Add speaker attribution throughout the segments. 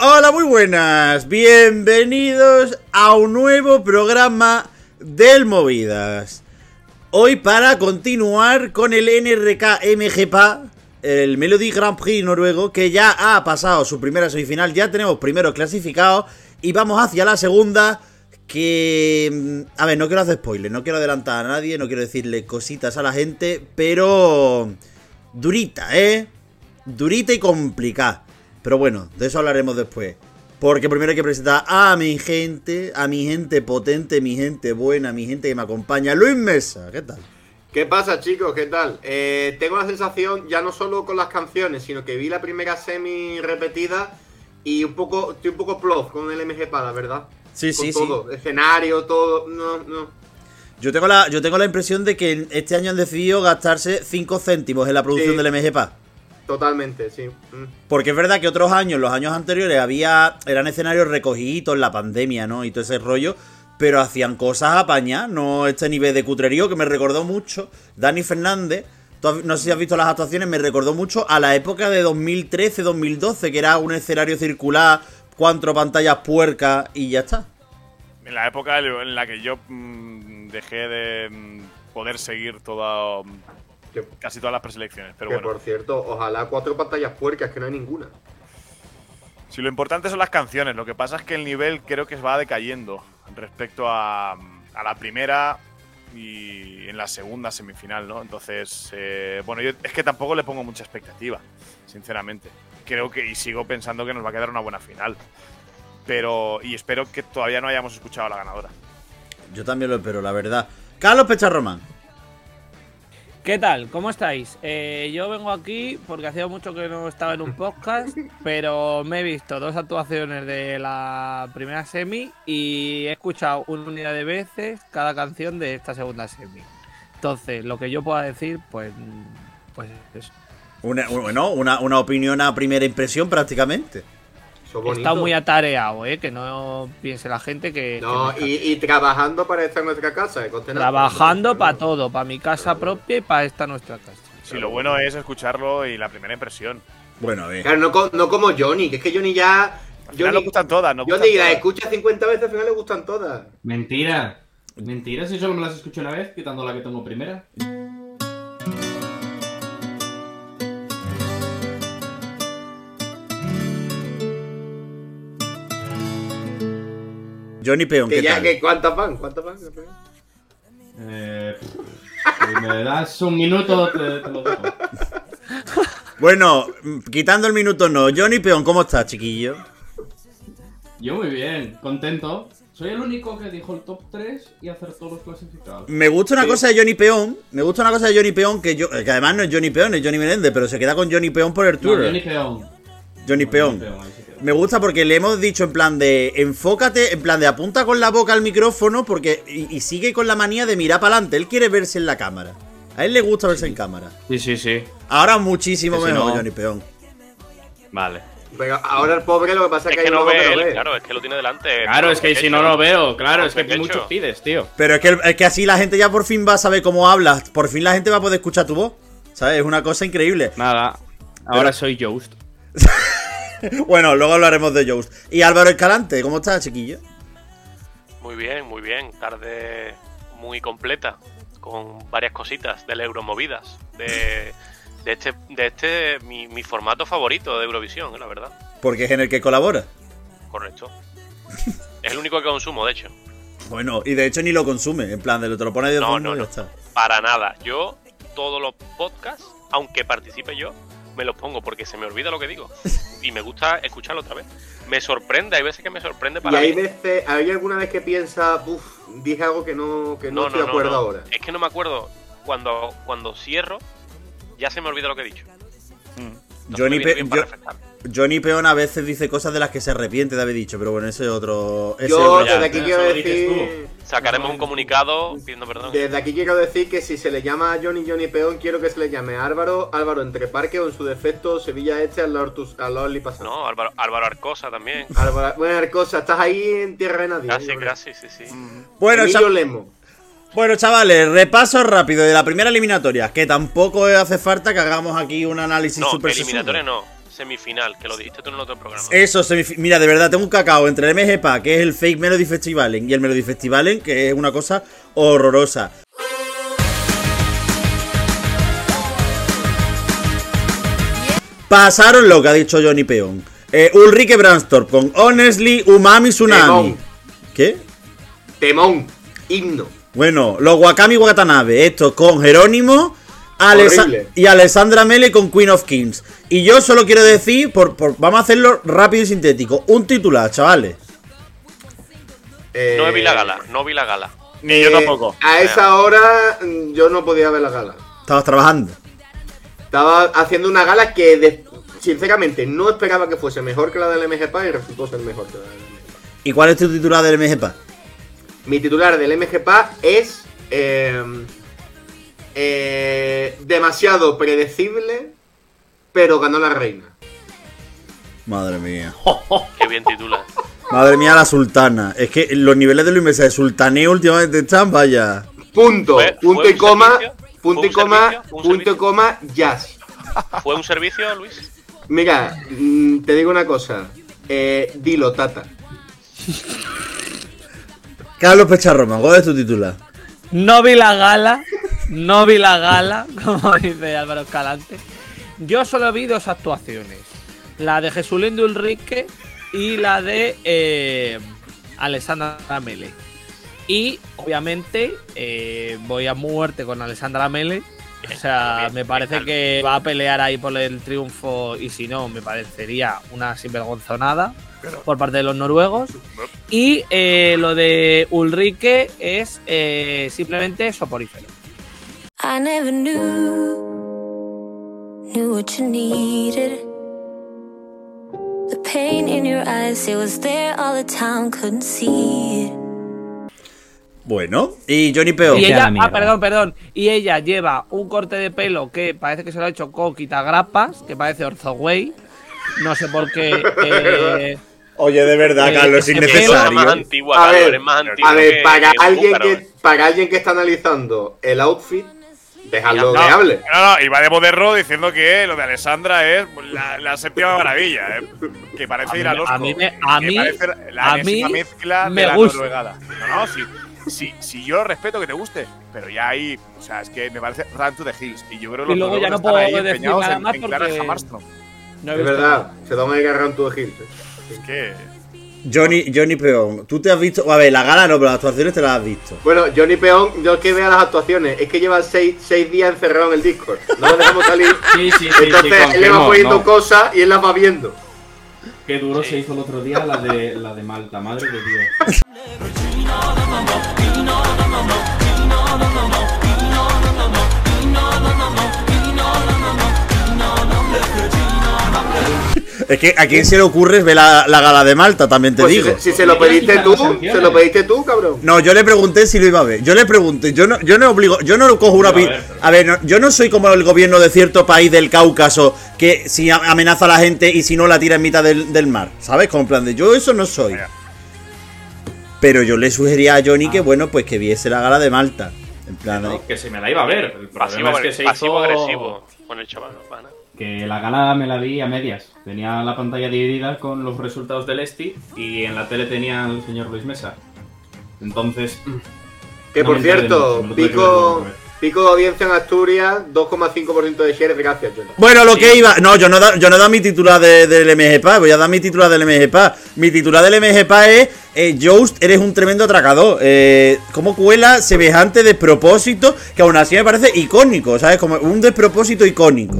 Speaker 1: Hola, muy buenas. Bienvenidos a un nuevo programa del Movidas. Hoy para continuar con el NRK MGPA, el Melody Grand Prix noruego, que ya ha pasado su primera semifinal, ya tenemos primero clasificado y vamos hacia la segunda. Que... mm, A ver, no quiero hacer spoiler, no quiero adelantar a nadie, no quiero decirle cositas a la gente, pero... Durita, ¿eh? Durita y complicada. Pero bueno, de eso hablaremos después. Porque primero hay que presentar a mi gente, a mi gente potente, mi gente buena, mi gente que me acompaña. Luis Mesa, ¿qué tal?
Speaker 2: ¿Qué pasa, chicos? ¿Qué tal? Eh, tengo la sensación, ya no solo con las canciones, sino que vi la primera semi repetida y un poco, estoy un poco plof con el MGPA, la verdad.
Speaker 1: Sí,
Speaker 2: con
Speaker 1: sí,
Speaker 2: todo, escenario, todo. No, no.
Speaker 1: Yo tengo, la, yo tengo la impresión de que este año han decidido gastarse 5 céntimos en la producción
Speaker 2: Sí.
Speaker 1: del MGPA.
Speaker 2: Totalmente, sí. Mm.
Speaker 1: Porque es verdad que otros años, los años anteriores, había. eran escenarios recogiditos, la pandemia, ¿no? Y todo ese rollo. Pero hacían cosas apañadas, no este nivel de cutrerío que me recordó mucho. Dani Fernández, tú has- no sé si has visto las actuaciones, me recordó mucho a la época de 2013-2012, que era un escenario circular, cuatro pantallas puercas y ya está.
Speaker 3: En la época en la que yo mm, dejé de mm, poder seguir toda, mm,
Speaker 2: Que,
Speaker 3: casi todas las preselecciones. Pero
Speaker 2: que,
Speaker 3: bueno,
Speaker 2: por cierto, ojalá cuatro pantallas puercas, que no hay ninguna.
Speaker 3: si lo importante son las canciones, lo que pasa es que el nivel creo que va decayendo respecto a, mm, a la primera y en la segunda semifinal, ¿no? Entonces, eh, bueno, yo es que tampoco le pongo mucha expectativa, sinceramente. Creo que, y sigo pensando que nos va a quedar una buena final. Pero, y espero que todavía no hayamos escuchado a la ganadora.
Speaker 1: Yo también lo espero, la verdad. Carlos Pecharromán.
Speaker 4: ¿Qué tal? ¿Cómo estáis? Eh, yo vengo aquí porque hacía mucho que no estaba en un podcast, pero me he visto dos actuaciones de la primera semi y he escuchado una unidad de veces cada canción de esta segunda semi. Entonces, lo que yo pueda decir, pues, pues eso.
Speaker 1: Una, bueno, una, una opinión a primera impresión prácticamente.
Speaker 2: Eso
Speaker 4: He
Speaker 2: bonito.
Speaker 4: estado muy atareado, ¿eh? que no piense la gente que...
Speaker 2: No,
Speaker 4: que me
Speaker 2: y,
Speaker 4: está
Speaker 2: y trabajando para esta nuestra casa. eh, contenedor.
Speaker 4: Trabajando
Speaker 2: Claro.
Speaker 4: para todo, para mi casa propia y para esta nuestra casa.
Speaker 3: Si lo bueno es escucharlo y la primera impresión.
Speaker 1: Bueno, a ver.
Speaker 2: Claro, no, co- no como Johnny, que es que Johnny ya.
Speaker 3: Al final nos
Speaker 2: Johnny,
Speaker 3: gustan todas, nos
Speaker 2: Johnny
Speaker 3: gustan
Speaker 2: la
Speaker 3: todas.
Speaker 2: escucha 50 veces, al final le gustan todas.
Speaker 5: Mentira. Mentira, si solo me las escucho una vez, quitando la que tengo primera.
Speaker 1: Johnny Peón,
Speaker 2: Que
Speaker 1: ¿qué
Speaker 2: ya,
Speaker 1: tal?
Speaker 2: que cuántas van, cuántas van.
Speaker 5: Eh, si me das un minuto, te, te lo dejo.
Speaker 1: Bueno, mm, quitando el minuto no. Johnny Peón, ¿cómo estás, chiquillo?
Speaker 5: Yo muy bien, contento. Soy el único que dijo el top 3 y acertó los clasificados.
Speaker 1: Me gusta una
Speaker 2: Sí.
Speaker 1: cosa de Johnny Peón. Me gusta una cosa de Johnny Peón que yo. eh, Que además no es Johnny Peón, es Johnny Menéndez, pero se queda con Johnny Peón por el
Speaker 5: No,
Speaker 1: tour.
Speaker 5: Johnny
Speaker 1: Johnny,
Speaker 5: Peón. No,
Speaker 1: Peón.
Speaker 5: ahí se quedó.
Speaker 1: Me gusta porque le hemos dicho en plan de enfócate, en plan de apunta con la boca al micrófono porque y, y sigue con la manía de mirar para adelante. Él quiere verse en la cámara. A él le gusta verse en cámara.
Speaker 6: Sí, sí, sí.
Speaker 1: Ahora muchísimo
Speaker 6: Que si
Speaker 1: mejor
Speaker 6: no-
Speaker 1: Johnny Peón.
Speaker 6: Vale.
Speaker 2: Pero ahora el pobre lo que pasa es que,
Speaker 7: Es que
Speaker 2: hay
Speaker 7: no
Speaker 2: uno que
Speaker 7: ve
Speaker 2: no
Speaker 7: él,
Speaker 2: ve.
Speaker 7: claro, es que lo tiene delante.
Speaker 6: Claro, es que si no lo veo, claro, es que aquí hay
Speaker 7: Perfecto.
Speaker 6: muchos pides, tío.
Speaker 1: Pero es que, es que así la gente ya por fin va a saber cómo hablas. Por fin la gente va a poder escuchar tu voz. ¿Sabes? Es una cosa increíble.
Speaker 6: Nada. Ahora soy Yoast.
Speaker 1: Bueno, luego hablaremos de Joust. Y Álvaro Escalante, ¿cómo estás, chiquillo?
Speaker 7: Muy bien, muy bien. Tarde muy completa, con varias cositas del Euromovidas. De, de este, de este mi, mi formato favorito de Eurovisión, eh, la verdad.
Speaker 1: Porque es en el que colabora.
Speaker 7: Correcto. Es el único que consumo, de hecho.
Speaker 1: Bueno, y de hecho ni lo consume. En plan, de lo te lo pone de
Speaker 7: No,
Speaker 1: fondo
Speaker 7: no,
Speaker 1: y ya
Speaker 7: no.
Speaker 1: está.
Speaker 7: Para nada. Yo, todos los podcasts, aunque participe yo, me los pongo porque se me olvida lo que digo. Y me gusta escucharlo otra vez. Me sorprende, hay veces que me sorprende
Speaker 2: Y
Speaker 7: para
Speaker 2: hay
Speaker 7: bien.
Speaker 2: veces, hay alguna vez que piensa, uff, dije algo que no, que no, estoy de acuerdo ahora.
Speaker 7: Es que no me acuerdo. Cuando, cuando cierro, ya se me olvida lo que he dicho. Entonces
Speaker 1: Johnny,
Speaker 7: me
Speaker 1: Pe-
Speaker 7: viene bien para
Speaker 1: Jo-
Speaker 7: refrescar.
Speaker 1: Johnny Peón a veces dice cosas de las que se arrepiente de haber dicho. Pero bueno, ese es otro. ese es
Speaker 2: Yo
Speaker 1: otro-
Speaker 2: desde
Speaker 6: ya,
Speaker 2: aquí
Speaker 5: eso
Speaker 2: quiero
Speaker 5: lo dices
Speaker 2: decir,
Speaker 7: Sacaremos un comunicado pidiendo perdón.
Speaker 2: desde aquí quiero decir que si se le llama a Johnny Johnny Peón, quiero que se le llame a Álvaro, Álvaro entre parque o en su defecto Sevilla Este al lado tus- al lado Lipasán.
Speaker 7: No, Álvaro, Álvaro Arcosa también.
Speaker 2: Álvaro, bueno, cosa, estás ahí en tierra de nadie.
Speaker 7: Gracias,
Speaker 2: ¿no?
Speaker 7: gracias, sí, sí.
Speaker 1: Bueno,
Speaker 2: Emilio
Speaker 1: chav-
Speaker 2: Lemo.
Speaker 1: bueno, chavales, repaso rápido de la primera eliminatoria. Que tampoco hace falta que hagamos aquí un análisis
Speaker 7: No,
Speaker 1: súper Eh,
Speaker 7: eliminatoria
Speaker 1: sesudo.
Speaker 7: no. semifinal, que lo dijiste tú en otro programa.
Speaker 1: Eso, semifi- mira, de verdad, tengo un cacao entre el MGPA, que es el fake Melody Festivalen, y el Melody Festivalen, que es una cosa horrorosa. Pasaron lo que ha dicho Johnny Peón. Eh, Ulrike Brandstorp con Honestly, Umami Tsunami.
Speaker 2: Peón.
Speaker 1: ¿Qué?
Speaker 2: Temón, himno.
Speaker 1: Bueno, los Wakami Watanabe, esto con Jerónimo Alesa-
Speaker 2: Horrible.
Speaker 1: y Alessandra Mele con Queen of Kings. Y yo solo quiero decir, por, por- vamos a hacerlo rápido y sintético, un titular, chavales.
Speaker 2: Eh,
Speaker 7: No vi la gala, no vi la gala.
Speaker 3: Ni yo
Speaker 2: eh,
Speaker 3: tampoco.
Speaker 2: A esa hora mm, yo no podía ver la gala.
Speaker 1: Estabas trabajando.
Speaker 2: Estaba haciendo una gala que, de- sinceramente, no esperaba que fuese mejor que la del MGPA y resultó ser mejor que la del MGPA.
Speaker 1: ¿Y cuál es tu titular del MGPA?
Speaker 2: Mi titular del MGPA es. eh, eh, demasiado predecible, pero ganó la reina.
Speaker 1: Madre mía.
Speaker 7: Qué bien titula.
Speaker 1: Madre mía, la sultana. Es que los niveles de Luis de sultaneo últimamente están, vaya.
Speaker 2: Punto,
Speaker 7: Fue-
Speaker 2: punto
Speaker 7: fue
Speaker 2: y
Speaker 7: un
Speaker 2: coma,
Speaker 7: servicio,
Speaker 2: punto
Speaker 7: fue
Speaker 2: y
Speaker 7: un
Speaker 2: coma,
Speaker 7: servicio, fue un
Speaker 2: punto y
Speaker 7: servicio.
Speaker 2: coma, jazz.
Speaker 7: ¿Fue un servicio, Luis?
Speaker 2: Mira, mm, te digo una cosa. Eh, dilo, Tata.
Speaker 1: Carlos Pecharroma, ¿cuál es tu titular?
Speaker 4: No vi la gala, no vi la gala, como dice Álvaro Escalante. Yo solo vi dos actuaciones: la de Jesulindo Ulrique y la de eh, Alessandra Mele. Y obviamente eh, voy a muerte con Alessandra Mele. O sea,
Speaker 7: bien,
Speaker 4: me
Speaker 7: bien,
Speaker 4: parece
Speaker 7: Alba.
Speaker 4: que va a pelear ahí por el triunfo y si no, me parecería una sinvergonzonada por parte de los noruegos. Y eh, lo de Ulrike es eh, simplemente soporífero.
Speaker 8: I never knew, knew what you needed. The pain in your eyes, it was there all the time, couldn't see it.
Speaker 1: Bueno, y Johnny Peón.
Speaker 4: Y
Speaker 6: Vete a la
Speaker 4: ella, ah,
Speaker 6: mierda.
Speaker 4: perdón, perdón. Y ella lleva un corte de pelo que parece que se lo ha hecho con quitagrapas, que parece Orzoway. No sé por qué. eh,
Speaker 1: Oye, de verdad,
Speaker 4: Eh,
Speaker 1: Carlos, es
Speaker 4: que
Speaker 7: Qué cosa más
Speaker 1: innecesario.
Speaker 7: antigua,
Speaker 2: A
Speaker 7: Carlos,
Speaker 2: ver,
Speaker 7: eres más antiguo
Speaker 2: A ver,
Speaker 7: que-
Speaker 2: para
Speaker 7: que un
Speaker 2: alguien
Speaker 7: búcaro,
Speaker 2: que
Speaker 7: ¿eh?
Speaker 2: para alguien que está analizando el outfit, dejadlo
Speaker 3: No,
Speaker 2: que hable.
Speaker 3: no, no, iba de moderno diciendo que lo de Alessandra es la, la séptima maravilla, ¿eh? que
Speaker 4: A
Speaker 3: parece
Speaker 4: mí-
Speaker 3: ir al Oscar.
Speaker 4: a mí me- a
Speaker 3: que
Speaker 4: mí-
Speaker 3: parece la
Speaker 4: a
Speaker 3: enésima
Speaker 4: mí
Speaker 3: mezcla
Speaker 4: me
Speaker 3: de la
Speaker 4: gusta.
Speaker 3: noruegada. No, no, sí, sí, sí, yo respeto que te guste, pero ya ahí, o sea, es que me parece Run to the Hills. Y yo creo que
Speaker 4: Y
Speaker 3: los
Speaker 4: luego
Speaker 3: noruegos
Speaker 4: ya no puedo
Speaker 3: están ahí
Speaker 4: decir
Speaker 3: empeñados
Speaker 4: nada
Speaker 3: en,
Speaker 4: más
Speaker 3: en Clara
Speaker 4: porque-
Speaker 3: Hammarström.
Speaker 4: no he
Speaker 2: Es
Speaker 4: visto
Speaker 2: verdad, se da un agarrón tu de
Speaker 3: Es que.
Speaker 1: Johnny, Johnny Peón, tú te has visto. A ver, la gala no, pero las actuaciones te las has visto.
Speaker 2: Bueno, Johnny Peón, yo es que vea las actuaciones, es que lleva seis, seis días encerrado en el Discord. No lo dejamos salir.
Speaker 5: Sí, sí, sí, sí,
Speaker 2: Entonces él le va
Speaker 5: confirmo,
Speaker 2: poniendo
Speaker 5: no.
Speaker 2: cosas y él las va viendo.
Speaker 5: Qué duro se hizo el otro día la de, la de Malta, madre de Dios.
Speaker 1: Es que a quién se le ocurre ver la, la gala de Malta, también te
Speaker 2: Pues si
Speaker 1: digo.
Speaker 2: se- si, se lo
Speaker 5: Porque ya
Speaker 2: pediste
Speaker 5: quitan
Speaker 2: tú,
Speaker 5: las
Speaker 2: se
Speaker 5: sanciones.
Speaker 2: lo pediste tú, cabrón.
Speaker 1: No, yo le pregunté si lo iba a ver. Yo le pregunté, yo no, yo no obligo, yo no cojo una
Speaker 5: Pero a
Speaker 1: pi-
Speaker 5: ver, pero-
Speaker 1: A ver, no- yo no soy como el gobierno de cierto país del Cáucaso que si a- amenaza a la gente y si no la tira en mitad del, del mar. ¿Sabes? Como en plan de yo eso no soy.
Speaker 3: Vaya.
Speaker 1: Pero yo le sugería a Johnny que bueno, pues que viese la gala de Malta. En plan,
Speaker 5: No, Ah. que se me la iba a ver. El
Speaker 7: Pasivo,
Speaker 5: problema es que se hizo.
Speaker 7: agresivo con el chaval. ¿no?
Speaker 5: Que la gala me la vi a medias. Tenía la pantalla dividida con los resultados del Esti y en la tele tenía al señor Luis Mesa. Entonces,
Speaker 7: Mm.
Speaker 2: Que
Speaker 5: No
Speaker 2: por
Speaker 5: me enteré
Speaker 2: cierto,
Speaker 5: mucho, me lo tuve que
Speaker 2: pico,
Speaker 5: ver,
Speaker 2: pico de audiencia en Asturias, 2,5% de share, gracias, Johnny.
Speaker 1: Bueno, lo
Speaker 5: Sí.
Speaker 1: que iba. No, yo no, he dado- yo no he dado mi titular de- del MGPA. Voy a dar mi titular del MGPA. Mi titular del MGPA es. Eh, Joust, eres un tremendo atracador. Eh, ¿Cómo cuela semejante despropósito? Que aún así me parece icónico, ¿sabes? Como un despropósito icónico.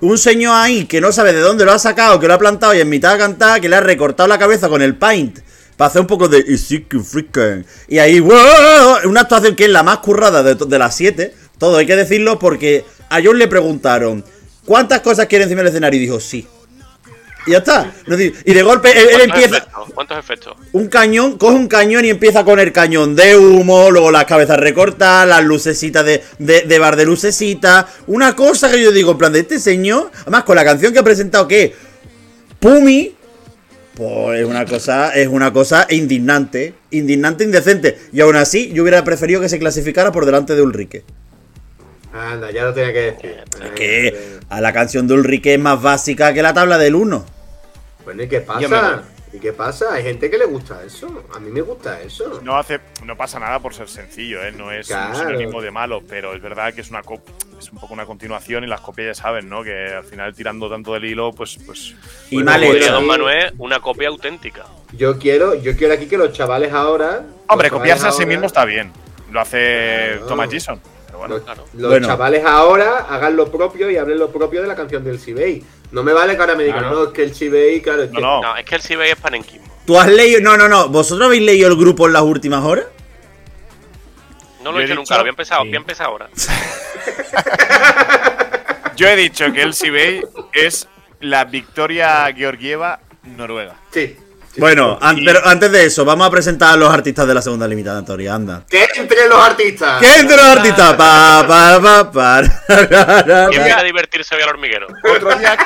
Speaker 1: Un señor ahí que no sabe de dónde lo ha sacado, que lo ha plantado y en mitad de cantar, que le ha recortado la cabeza con el paint. Para hacer un poco de. "Y sí que friquen". Y ahí. ¡guau! Una actuación que es la más currada de, to- de las siete. Todo hay que decirlo porque a John le preguntaron: ¿Cuántas cosas quiere encima del escenario? Y dijo: Sí. Y ya está. No di- Y de golpe él- él
Speaker 7: ¿Cuántos
Speaker 1: empieza
Speaker 7: efectos? ¿Cuántos efectos?
Speaker 1: un cañón, coge un cañón y empieza con el cañón de humo, luego las cabezas recortadas, las lucecitas de, de, de bar de lucecitas. Una cosa que yo digo, en plan, de este señor, además con la canción que ha presentado, que es Pumi, Pues es una cosa, es una cosa indignante, indignante, indecente. Y aún así, yo hubiera preferido que se clasificara por delante de Ulrike.
Speaker 2: Anda, ya lo tenía que decir.
Speaker 1: Que a la canción de Ulrike es más básica que la tabla del 1.
Speaker 2: Bueno, ¿y qué
Speaker 6: Ya me voy.
Speaker 2: pasa? ¿Y qué pasa? Hay gente que le gusta eso. A mí me gusta eso.
Speaker 3: No hace, no pasa nada por ser sencillo, ¿eh? no es
Speaker 2: Claro.
Speaker 3: un sinónimo de malo, pero es verdad que es una cop- es un poco una continuación y las copias ya saben, ¿no? Que al final tirando tanto del hilo, pues, pues
Speaker 1: Y
Speaker 2: Bueno,
Speaker 1: mal
Speaker 2: Vale,
Speaker 7: Como diría
Speaker 1: hecho.
Speaker 7: Don Manuel, una copia auténtica.
Speaker 2: Yo quiero, yo quiero aquí que los chavales ahora.
Speaker 3: hombre,
Speaker 2: los
Speaker 3: copiarse a
Speaker 2: chavales
Speaker 3: sí
Speaker 2: ahora-
Speaker 3: mismo está bien. Lo hace
Speaker 2: Claro.
Speaker 3: Thomas Gison. Pero bueno,
Speaker 2: Los,
Speaker 7: Claro.
Speaker 2: los
Speaker 1: Bueno.
Speaker 2: chavales ahora hagan lo propio y hablen lo propio de la canción del Sibey. No me vale que ahora me digan,
Speaker 5: Claro.
Speaker 2: no, es que el Sibey, claro, es
Speaker 3: no,
Speaker 2: que-
Speaker 3: no.
Speaker 7: No, es que el Sibey es panenquismo.
Speaker 1: ¿Tú has leído? No, no, no. ¿Vosotros habéis leído el grupo en las últimas horas?
Speaker 7: No
Speaker 3: Yo
Speaker 7: lo he
Speaker 3: he
Speaker 7: hecho
Speaker 3: dicho-
Speaker 7: nunca, lo voy a empezar,
Speaker 5: Sí.
Speaker 7: voy a empezar ahora.
Speaker 3: Yo he dicho que el Sibey es la victoria georgieva noruega.
Speaker 2: Sí.
Speaker 1: Bueno, an- pero antes de eso, vamos a presentar a los artistas de la segunda eliminatoria, anda.
Speaker 2: Que entre los artistas.
Speaker 1: ¿Qué entre los artistas? Pa, pa, pa, pa, ra, ra, ra,
Speaker 7: Y
Speaker 1: ra.
Speaker 7: empieza a divertirse hoy al hormiguero.
Speaker 3: Otro día,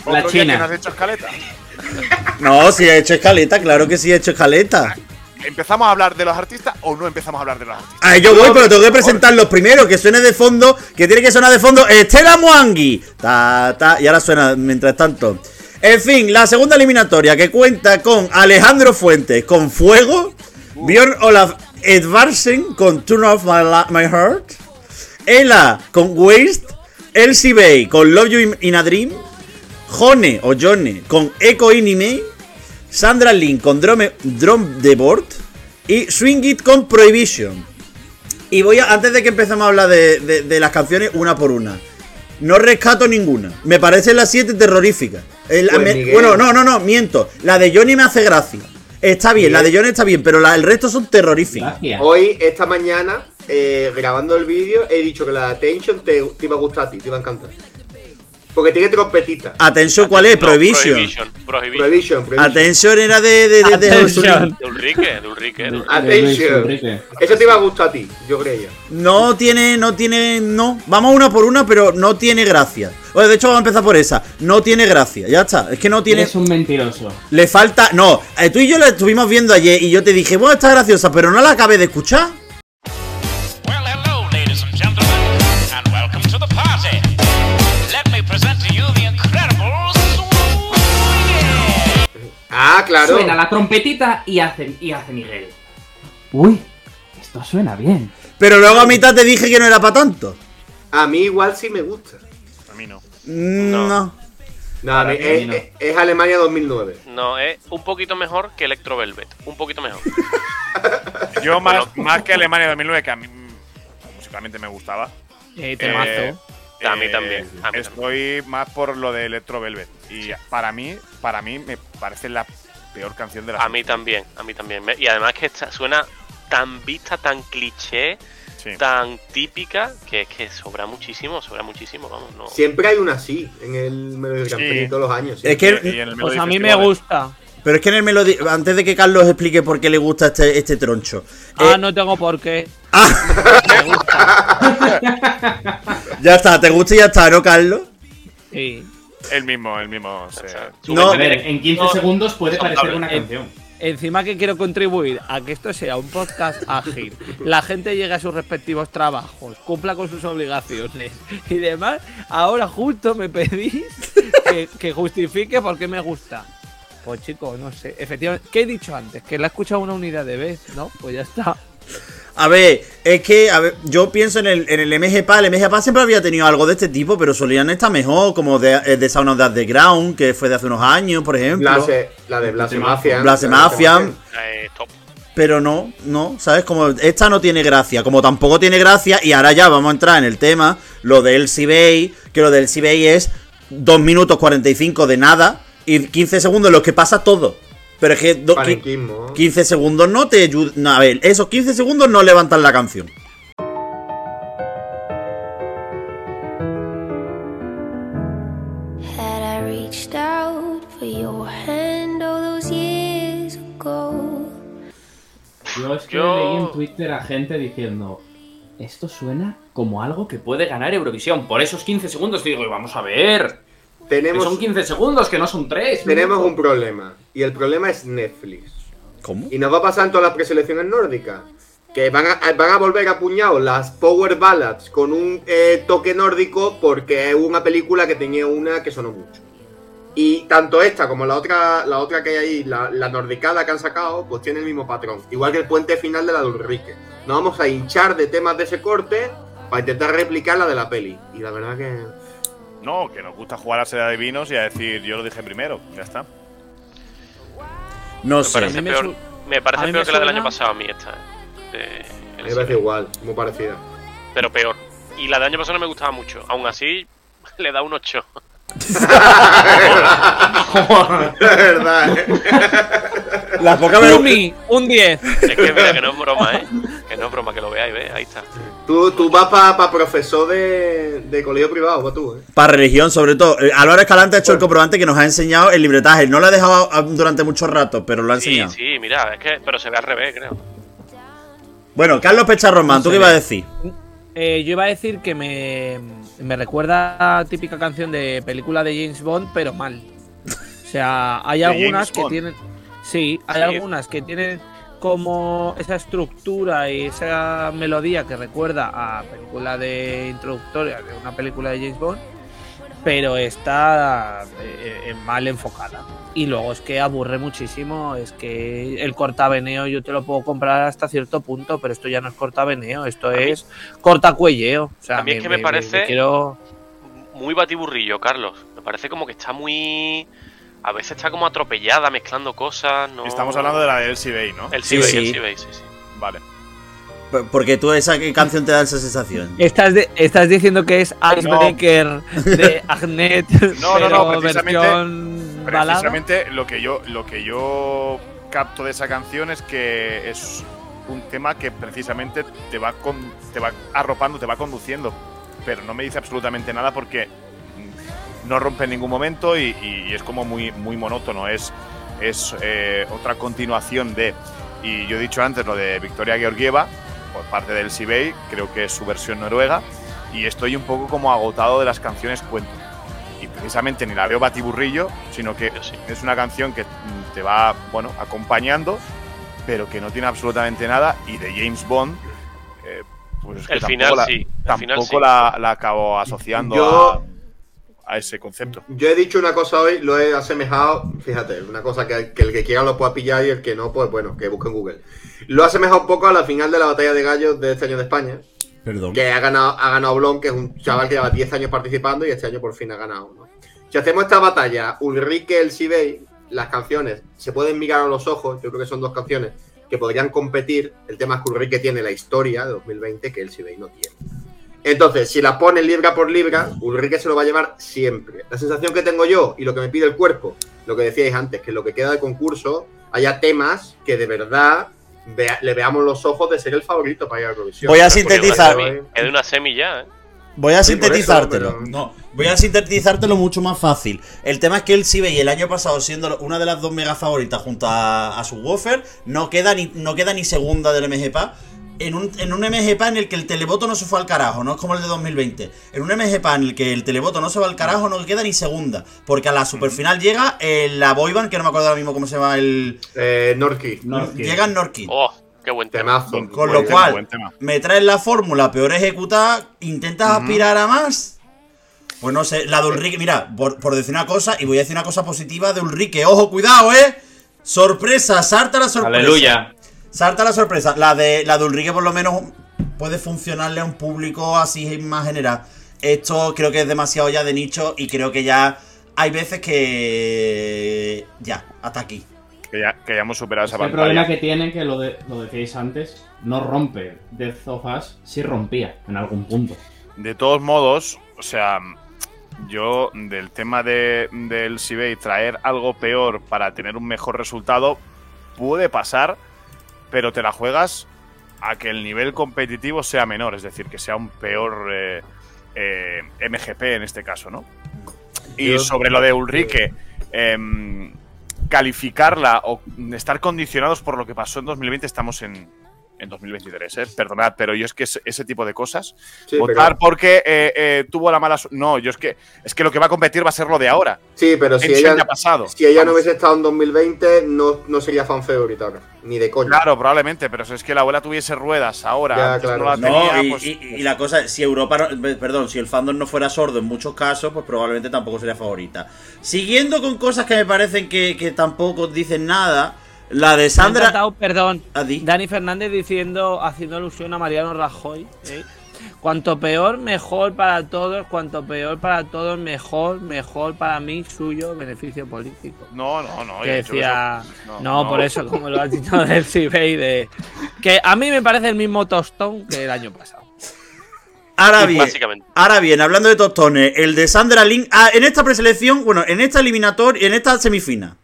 Speaker 3: otro
Speaker 5: La
Speaker 3: día
Speaker 5: China.
Speaker 3: que no has hecho escaleta.
Speaker 1: No, si he hecho escaleta, claro que sí he hecho escaleta.
Speaker 3: ¿Empezamos a hablar de los artistas o no empezamos a hablar de los artistas?
Speaker 1: Ah, yo voy, pero tengo que presentarlos primero, que suene de fondo, que tiene que sonar de fondo Estela Muangui. Ta, ta, y ahora suena mientras tanto. En fin, la segunda eliminatoria que cuenta con Alejandro Fuentes con Fuego, Bjorn Olaf Edvardsen con Turn Off My, La- My Heart, Ela con Waste, Elsie Bay con Love You In- In A Dream, Jone o Jone con Eco Inime, Sandra Lynn con Drome, Drum The Board y Swing It con Prohibition. Y voy a, antes de que empecemos a hablar de, de- de las canciones una por una, no rescato ninguna. Me parecen las siete terroríficas. El-
Speaker 2: Pues,
Speaker 1: me-
Speaker 2: Miguel.
Speaker 1: bueno, no, no, no, miento. La de Johnny me hace gracia. Está bien, la de Johnny está bien, pero la, el resto son terroríficas.
Speaker 5: Gracias.
Speaker 2: Hoy, esta mañana, eh, grabando el vídeo, he dicho que la de Attention te, te iba a gustar a ti, te iba a encantar. Porque tiene trompetita.
Speaker 1: Atención, ¿cuál es?
Speaker 7: No,
Speaker 1: Prohibition.
Speaker 7: Prohibition.
Speaker 3: Ah,
Speaker 7: Prohibition.
Speaker 2: Prohibition, Prohibition.
Speaker 1: Atención era de, de, de- de- de-
Speaker 4: Atención.
Speaker 7: De Ulrike, de Ulrike. de Ulrike.
Speaker 5: De Luis
Speaker 2: Atención.
Speaker 5: Enrique.
Speaker 2: Eso te iba a gustar a ti, yo creía.
Speaker 1: No tiene, no tiene, no. Vamos una por una, pero no tiene gracia. Oye, de hecho, vamos a empezar por esa. No tiene gracia, ya está. Es que no tiene.
Speaker 5: Eres un mentiroso.
Speaker 1: Le falta. No, eh, tú y yo la estuvimos viendo ayer y yo te dije, bueno, está graciosa, pero no la acabé de escuchar.
Speaker 9: Well, hello, ladies and gentlemen, and welcome to the party. Let me present to you the incredible Swingers.
Speaker 2: Ah, claro.
Speaker 10: Suena la trompetita y hace, y hace Miguel.
Speaker 5: Uy, esto suena bien.
Speaker 1: Pero luego a mitad te dije que no era para tanto.
Speaker 2: A mí igual sí me gusta.
Speaker 3: A mí no.
Speaker 1: Mm, No.
Speaker 7: No.
Speaker 2: No, a mí-
Speaker 5: mí
Speaker 2: es,
Speaker 5: no.
Speaker 2: es- es Alemania 2009.
Speaker 7: No, es un poquito mejor que Electro Velvet. Un poquito mejor.
Speaker 3: Yo más,
Speaker 7: Bueno.
Speaker 3: más que Alemania 2009, que a mí mm, musicalmente me gustaba.
Speaker 4: Eh,
Speaker 3: eh,
Speaker 4: temazo.
Speaker 7: A mí también, a mí
Speaker 3: estoy más por lo de Electro Velvet. Y para mí, para mí me parece la peor canción de la
Speaker 7: A mí también, a mí también. Me- Y además que esta- suena tan vista, tan cliché,
Speaker 3: Sí.
Speaker 7: tan típica, que es que sobra muchísimo, sobra muchísimo, vamos, no.
Speaker 2: Siempre hay una así en el Melody Grand
Speaker 3: Sí.
Speaker 2: Prix todos los años. sí.
Speaker 1: Es que-
Speaker 3: Y en el
Speaker 4: Pues
Speaker 3: Melody
Speaker 4: a mí me
Speaker 3: Festival,
Speaker 4: gusta.
Speaker 1: Pero es que en el melodía. Antes de que Carlos explique por qué le gusta este, este troncho. Eh, ah.
Speaker 4: Ah, no tengo por qué. Me gusta.
Speaker 1: Ya está, ¿te gusta y ya está, no, Carlos?
Speaker 4: Sí.
Speaker 3: El mismo, el mismo. o sea,
Speaker 1: No.
Speaker 5: A ver, en 15 segundos puede
Speaker 7: No,
Speaker 5: parecer
Speaker 7: no,
Speaker 5: una
Speaker 7: eh,
Speaker 5: canción.
Speaker 4: Encima que quiero contribuir a que esto sea un podcast ágil, la gente llegue a sus respectivos trabajos, cumpla con sus obligaciones y demás, ahora justo me pedís que, que justifique por qué me gusta. Pues chicos, no sé, efectivamente, ¿qué he dicho antes? Que la he escuchado una unidad de vez, ¿no? Pues ya está.
Speaker 1: A ver, es que a ver, yo pienso en el, en el MGPA. El MGPA siempre había tenido algo de este tipo, pero solían estar mejor, como de, eh, de Sound of the Underground, que fue de hace unos años, por ejemplo.
Speaker 2: Blase- la de Blase Mafia.
Speaker 1: Blase Mafia.
Speaker 7: Eh, top.
Speaker 1: Pero no, no, ¿sabes? Como esta no tiene gracia, como tampoco tiene gracia, y ahora ya vamos a entrar en el tema, lo del Bay, que lo del Bay es 2 minutos 45 de nada y 15 segundos en los que pasa todo. Pero es que do- qui-
Speaker 2: Panequismo.
Speaker 1: 15 segundos no te ayudan. a ver, esos 15 segundos no levantan la canción.
Speaker 8: Had I reached out for your hand all those years ago?
Speaker 5: Yo es que
Speaker 7: Yo-
Speaker 5: leí en Twitter a gente diciendo, esto suena como algo que puede ganar Eurovisión. Por esos 15 segundos digo, vamos a ver.
Speaker 2: Tenemos-
Speaker 5: que son 15 segundos, que no son 3.
Speaker 2: Tenemos un problema. Y el problema es Netflix.
Speaker 1: ¿Cómo?
Speaker 2: Y nos va a pasar en todas las preselecciones nórdicas. Que van a, van a volver a puñado las Power Ballads con un eh, toque nórdico porque es una película que tenía una que sonó mucho. Y tanto esta como la otra, la otra que hay ahí, la, la nordicada que han sacado, pues tiene el mismo patrón. Igual que el puente final de la de Ulrike. Nos vamos a hinchar de temas de ese corte para intentar replicar la de la peli. Y la verdad que...
Speaker 3: No, que nos gusta jugar a ser adivinos y a decir, yo lo dije primero, ya está.
Speaker 1: No
Speaker 7: Me
Speaker 1: sé.
Speaker 7: parece peor, me parece
Speaker 4: a mí me
Speaker 7: peor que la del año
Speaker 4: suena-
Speaker 7: pasado a mí esta. eh,
Speaker 2: A
Speaker 7: el
Speaker 2: mí me parece
Speaker 7: SB,
Speaker 2: igual, muy parecida.
Speaker 7: pero peor. Y la del año pasado no me gustaba mucho. Aún así, le da un 8.
Speaker 2: Es verdad, ¿eh?
Speaker 1: La poca vergüenza.
Speaker 4: Umi, un 10.
Speaker 7: Es que mira, que no es broma, ¿eh? Que no es broma, que lo veáis, ¿ves? Ahí está.
Speaker 2: Tú, tú vas para profesor de, de colegio privado, va tú, ¿eh?
Speaker 1: Para religión, sobre todo. Eh, Álvaro Escalante ha hecho el comprobante que nos ha enseñado el libretaje. No lo ha dejado ah, durante mucho rato, pero lo ha
Speaker 7: Sí,
Speaker 1: enseñado.
Speaker 7: sí, mira, es que. Pero se ve al revés, creo.
Speaker 1: Bueno, Carlos Pecharromán, ¿tú qué ibas a decir?
Speaker 4: Eh, yo iba a decir que me, me recuerda a la típica canción de película de James Bond, pero mal. O sea, hay
Speaker 3: ¿De
Speaker 4: algunas
Speaker 3: James
Speaker 4: que
Speaker 3: Bond?
Speaker 4: tienen. Sí, hay
Speaker 7: Sí.
Speaker 4: algunas que tienen como esa estructura y esa melodía que recuerda a película de introductoria de una película de James Bond, pero está eh, eh, mal enfocada. Y luego es que aburre muchísimo, es que el cortaveneo yo te lo puedo comprar hasta cierto punto, pero esto ya no es cortaveneo, esto es cortacuelleo. O sea,
Speaker 7: a mí es que me parece-
Speaker 4: quiero-
Speaker 7: Muy batiburrillo, Carlos. Me parece como que está muy. A veces está como atropellada, mezclando cosas. No...
Speaker 3: Estamos hablando de la del Bay, ¿no?
Speaker 7: El
Speaker 1: Sí,
Speaker 7: Sibey,
Speaker 1: sí.
Speaker 7: el Sibey, sí, sí.
Speaker 3: Vale.
Speaker 1: P- Porque tú esa que canción te da esa sensación.
Speaker 4: Estás, de- estás diciendo que es Icebreaker de Agnet,
Speaker 3: No, no,
Speaker 4: pero
Speaker 3: no, precisamente-
Speaker 4: versión balada.
Speaker 3: Precisamente lo que yo lo que yo capto de esa canción es que es un tema que precisamente te va con- te va arropando, te va conduciendo, pero no me dice absolutamente nada porque mm, no rompe en ningún momento y, y es como muy muy monótono, es es eh, otra continuación de y yo he dicho antes lo de Victoria Georgieva por parte del Sibey, creo que es su versión noruega y estoy un poco como agotado de las canciones cuento y precisamente ni la veo batiburrillo, sino que
Speaker 7: Yo sí.
Speaker 3: es una canción que mm, te va, bueno, acompañando, pero que no tiene absolutamente nada. Y de James Bond, eh, pues es que
Speaker 7: El
Speaker 3: tampoco,
Speaker 7: final
Speaker 3: la,
Speaker 7: sí. El final
Speaker 3: tampoco
Speaker 7: sí.
Speaker 3: la, la acabo asociando
Speaker 2: Yo-
Speaker 3: a, a ese concepto.
Speaker 2: Yo he dicho una cosa hoy, lo he asemejado, fíjate, una cosa que, que el que quiera lo pueda pillar y el que no, pues bueno, que busque en Google. Lo he asemejado un poco a la final de la batalla de gallos de este año de España,
Speaker 1: Perdón.
Speaker 2: que ha ganado, ha ganado Blon, que es un chaval que lleva 10 años participando y este año por fin ha ganado. ¿no? Si hacemos esta batalla, Ulrike el Sibey, las canciones se pueden mirar a los ojos, yo creo que son dos canciones que podrían competir. El tema es que Ulrike tiene la historia de 2020 que el Sibey no tiene. Entonces, si la pones libra por libra, Ulrike se lo va a llevar siempre. La sensación que tengo yo y lo que me pide el cuerpo, lo que decíais antes, que lo que queda del concurso haya temas que de verdad vea- le veamos los ojos de ser el favorito para ir a Eurovisión.
Speaker 1: Voy a
Speaker 7: Porque es de una
Speaker 1: sintetizar.
Speaker 7: semi- Es de una semi ya, ¿eh?
Speaker 1: Voy a
Speaker 2: Sí, por eso,
Speaker 1: sintetizártelo.
Speaker 2: pero-
Speaker 1: No, voy a sintetizártelo mucho más fácil. El tema es que el Sibey el año pasado, siendo una de las dos mega favoritas junto a, a su Woofer, no queda ni, no queda ni segunda del MGPA. En un, en un MGPA en el que el televoto no se fue al carajo, no es como el de 2020. En un MGPA en el que el televoto no se va al carajo, no queda ni segunda. Porque a la superfinal llega eh, la boyband, que no me acuerdo ahora mismo cómo se llama el.
Speaker 2: Eh, Norki,
Speaker 1: Llega Norkid.
Speaker 7: Oh, qué buen tema.
Speaker 2: temazo.
Speaker 1: Con
Speaker 3: Buen
Speaker 1: lo
Speaker 3: tema,
Speaker 1: cual,
Speaker 3: buen tema.
Speaker 1: me traes la fórmula peor ejecutada, intentas aspirar a más. Pues no sé, la de Ulrike, mira, por, por decir una cosa, y voy a decir una cosa positiva de Ulrike, ojo, cuidado, eh. Sorpresa, sarta la sorpresa.
Speaker 5: Aleluya.
Speaker 1: Sarta la sorpresa. La de, la de Ulrike por lo menos puede funcionarle a un público así más general. Esto creo que es demasiado ya de nicho y creo que ya hay veces que... Ya, hasta aquí.
Speaker 3: Que ya, que ya hemos superado esa
Speaker 5: el problema
Speaker 3: pantalla.
Speaker 5: que tiene, que lo, de, lo decíais antes, no rompe. Death of Us sí rompía en algún punto.
Speaker 3: De todos modos, o sea, yo del tema de, del Sibey traer algo peor para tener un mejor resultado puede pasar, pero te la juegas a que el nivel competitivo sea menor, es decir, que sea un peor eh, eh, MGP en este caso, ¿no? Y
Speaker 2: Yo-
Speaker 3: sobre lo de Ulrike, em, calificarla o estar condicionados por lo que pasó en 2020, estamos en, en 2023, ¿eh? Perdonad, pero yo es que ese, ese tipo de cosas.
Speaker 2: Sí,
Speaker 3: votar
Speaker 2: pero-
Speaker 3: porque eh, eh, tuvo la mala. su- No, yo es que es que lo que va a competir va a ser lo de ahora.
Speaker 2: Sí, pero
Speaker 3: El
Speaker 2: si
Speaker 3: Shen
Speaker 2: ella,
Speaker 3: ya ha pasado.
Speaker 2: si ella no
Speaker 3: Vamos.
Speaker 2: hubiese estado en 2020, no, no sería fan favorita ahora. Ni de coña.
Speaker 3: Claro, probablemente, pero si es que la abuela tuviese ruedas ahora.
Speaker 2: Ya,
Speaker 3: antes
Speaker 2: claro.
Speaker 3: no las
Speaker 1: No,
Speaker 3: tenía,
Speaker 1: y,
Speaker 3: pues-
Speaker 1: y- y la cosa, si Europa, no- perdón, si el fandom no fuera sordo en muchos casos, pues probablemente tampoco sería favorita. Siguiendo con cosas que me parecen que, que tampoco dicen nada, la de
Speaker 4: Me ha
Speaker 1: Sandra...
Speaker 4: encantado, perdón,
Speaker 1: Ah, di.
Speaker 4: Dani Fernández diciendo, haciendo alusión a Mariano Rajoy. ¿eh? Cuanto peor, mejor para todos. Cuanto peor para todos, mejor. Mejor para mí, suyo, beneficio político.
Speaker 3: No, no, no.
Speaker 4: que
Speaker 3: he dicho
Speaker 4: decía,
Speaker 3: eso.
Speaker 4: no, por eso, como lo has dicho del Cibey, de que a mí me parece el mismo tostón que el año pasado.
Speaker 1: Ahora bien,
Speaker 7: Básicamente.
Speaker 1: ahora bien, hablando de tostones, el de Sandra Link... ah, en esta preselección, bueno, en esta eliminatoria, en esta semifina.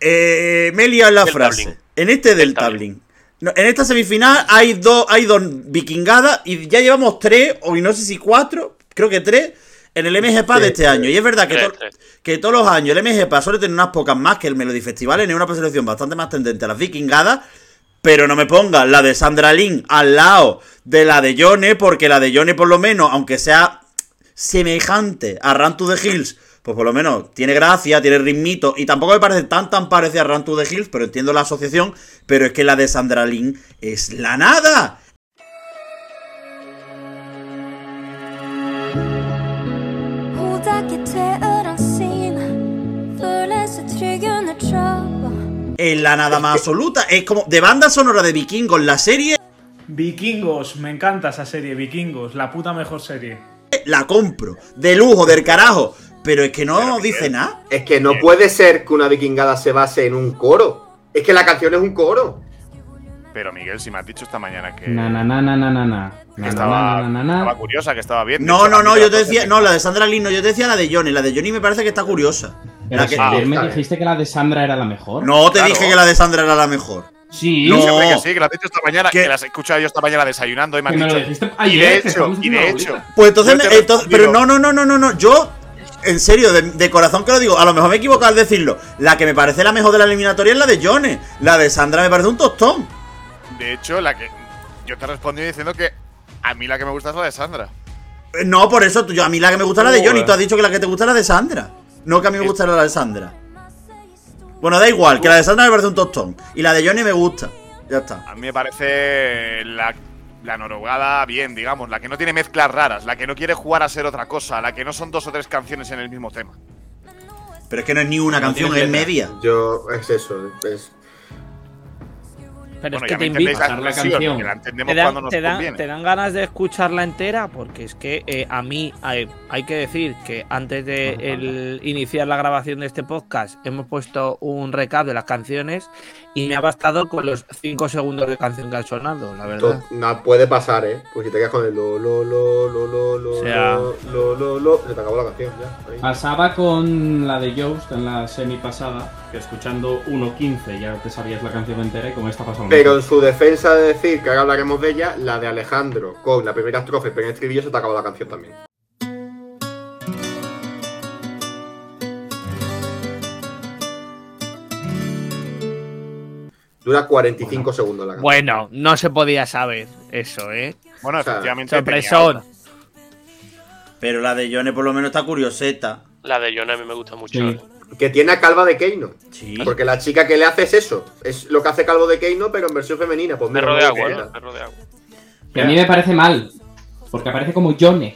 Speaker 1: Eh, me he liado en la
Speaker 7: Del
Speaker 1: frase.
Speaker 7: Dublín.
Speaker 1: En este del
Speaker 7: Del
Speaker 1: tabling. en esta semifinal hay dos, hay dos vikingadas y ya llevamos tres, o no sé si cuatro, creo que tres, en el MGPA de
Speaker 2: Sí,
Speaker 1: este año. Y es verdad que,
Speaker 7: Tres,
Speaker 1: to-
Speaker 7: tres.
Speaker 1: que todos los años el MGPA suele tener unas pocas más que el Melody Festival, en una preselección bastante más tendente a las vikingadas. Pero no me pongas la de Sandra Lynn al lado de la de Yone, porque la de Yone, por lo menos, aunque sea semejante a Run to the Hills, pues por lo menos tiene gracia, tiene ritmito. Y tampoco me parece tan tan parecida a Run to the Hills, pero entiendo la asociación. Pero es que la de Sandra Lynn es la nada. Es la nada más absoluta. Es como de banda sonora de vikingos la serie.
Speaker 11: Vikingos, me encanta esa serie, Vikingos, la puta mejor serie.
Speaker 1: La compro. De lujo, del carajo. Pero es que no
Speaker 3: Pero, Miguel.
Speaker 1: dice nada.
Speaker 2: Es que no puede ser que una vikingada se base en un coro. Es que la canción es un coro.
Speaker 3: Pero Miguel, si me has dicho esta mañana que,
Speaker 5: Na, na, na, na, na, na, na.
Speaker 3: que
Speaker 5: Na,
Speaker 3: Eh, estaba,
Speaker 5: na, na, na,
Speaker 3: estaba
Speaker 5: na, na.
Speaker 3: curiosa, que estaba bien.
Speaker 1: No,
Speaker 3: Dicho,
Speaker 1: no,
Speaker 3: a mí
Speaker 1: no,
Speaker 3: me
Speaker 1: yo te
Speaker 3: parece
Speaker 1: decía.
Speaker 3: que-
Speaker 1: No, la de Sandra Lynn, no, yo te decía la de Johnny. La de Johnny me parece que está curiosa.
Speaker 5: Pero
Speaker 1: La que-
Speaker 5: si ayer
Speaker 2: está
Speaker 5: me
Speaker 2: bien.
Speaker 5: dijiste que la de Sandra era la mejor.
Speaker 1: No te
Speaker 3: Ah, Claro.
Speaker 1: dije que la de Sandra era la mejor.
Speaker 5: Sí.
Speaker 1: No.
Speaker 3: Siempre que sí, que la has dicho esta mañana,
Speaker 1: ¿Qué?
Speaker 3: que las he escuchado yo esta mañana desayunando y me
Speaker 5: Que me
Speaker 3: han
Speaker 5: lo
Speaker 3: dicho.
Speaker 5: dijiste
Speaker 3: Y
Speaker 5: ayer.
Speaker 3: de
Speaker 5: que
Speaker 3: hecho,
Speaker 5: estamos
Speaker 3: y
Speaker 5: haciendo
Speaker 3: de
Speaker 5: la
Speaker 3: hecho.
Speaker 5: bolita.
Speaker 1: Pues entonces,
Speaker 3: Yo te he
Speaker 1: entonces- pero no,
Speaker 3: respondido.
Speaker 1: no, no, no, no, no. Yo, en serio, de, de corazón que lo digo, a lo mejor me equivoco al decirlo. La que me parece la mejor de la eliminatoria es la de Jones. La de Sandra me parece un tostón.
Speaker 3: De hecho, la que. Yo te respondí diciendo que a mí la que me gusta es la de Sandra.
Speaker 1: Eh, No, por eso, tú- yo, a mí la que me gusta es la de Johnny.
Speaker 6: Joder.
Speaker 1: Tú has dicho que la que te gusta es la de Sandra. No que a mí me gusta la de Sandra. Bueno, da igual, que la de Sandra me parece un tostón. Y la de Johnny me gusta. Ya está.
Speaker 3: A mí me parece la, la norogada bien, digamos, la que no tiene mezclas raras, la que no quiere jugar a ser otra cosa, la que no son dos o tres canciones en el mismo tema.
Speaker 1: Pero es que no es ni una
Speaker 5: No
Speaker 1: canción,
Speaker 5: tiene
Speaker 1: es
Speaker 5: letra.
Speaker 1: media.
Speaker 2: Yo, es eso. es-
Speaker 4: Pero
Speaker 3: Bueno,
Speaker 4: es
Speaker 3: ya
Speaker 4: que
Speaker 3: me
Speaker 4: te
Speaker 3: entendéis
Speaker 4: invito.
Speaker 3: la
Speaker 5: Pasar la
Speaker 3: expresión,
Speaker 5: canción.
Speaker 3: que la entendemos
Speaker 4: Te dan,
Speaker 3: cuando nos
Speaker 4: te dan-
Speaker 3: conviene.
Speaker 4: te dan ganas de escucharla entera porque es que eh, a mí hay, hay que decir que antes de
Speaker 3: pues
Speaker 4: el- iniciar la grabación de este podcast hemos puesto un recap de las canciones y me ha bastado con los 5 segundos de canción que han sonado, la verdad.
Speaker 2: to- no, puede pasar, ¿eh? Pues si te quedas con el lo, lo, lo, lo, lo, lo,
Speaker 4: O sea-
Speaker 2: lo, lo, lo, lo, se te acabó la canción. Ya, ahí.
Speaker 5: Pasaba con la de Joust en la semi pasada, que escuchando 1.15 ya te sabías la canción entera y con esta pasó lo
Speaker 2: Pero en
Speaker 5: mismo.
Speaker 2: su defensa de decir que ahora hablaremos de ella, la de Alejandro con la primera estrofe, pero en estribillo se te acabó la canción también. Dura 45 segundos la canción.
Speaker 4: Bueno, no se podía saber eso, ¿eh?
Speaker 3: Bueno,
Speaker 2: O sea,
Speaker 3: efectivamente.
Speaker 4: Sorpresón.
Speaker 1: Pero la de Johnny por lo menos está curioseta.
Speaker 7: La de Jonah a mí me gusta mucho. ¿eh?
Speaker 5: Sí.
Speaker 2: Que tiene a Calva de Keino.
Speaker 1: Sí.
Speaker 2: Porque la chica que le hace es eso. Es lo que hace Calvo de Keino, pero en versión femenina. Pues mira,
Speaker 7: Perro de
Speaker 2: no
Speaker 7: agua,
Speaker 2: lo
Speaker 7: ¿no?
Speaker 2: queda.
Speaker 7: Perro de agua.
Speaker 5: Que a mí me parece mal, porque aparece como Johnny.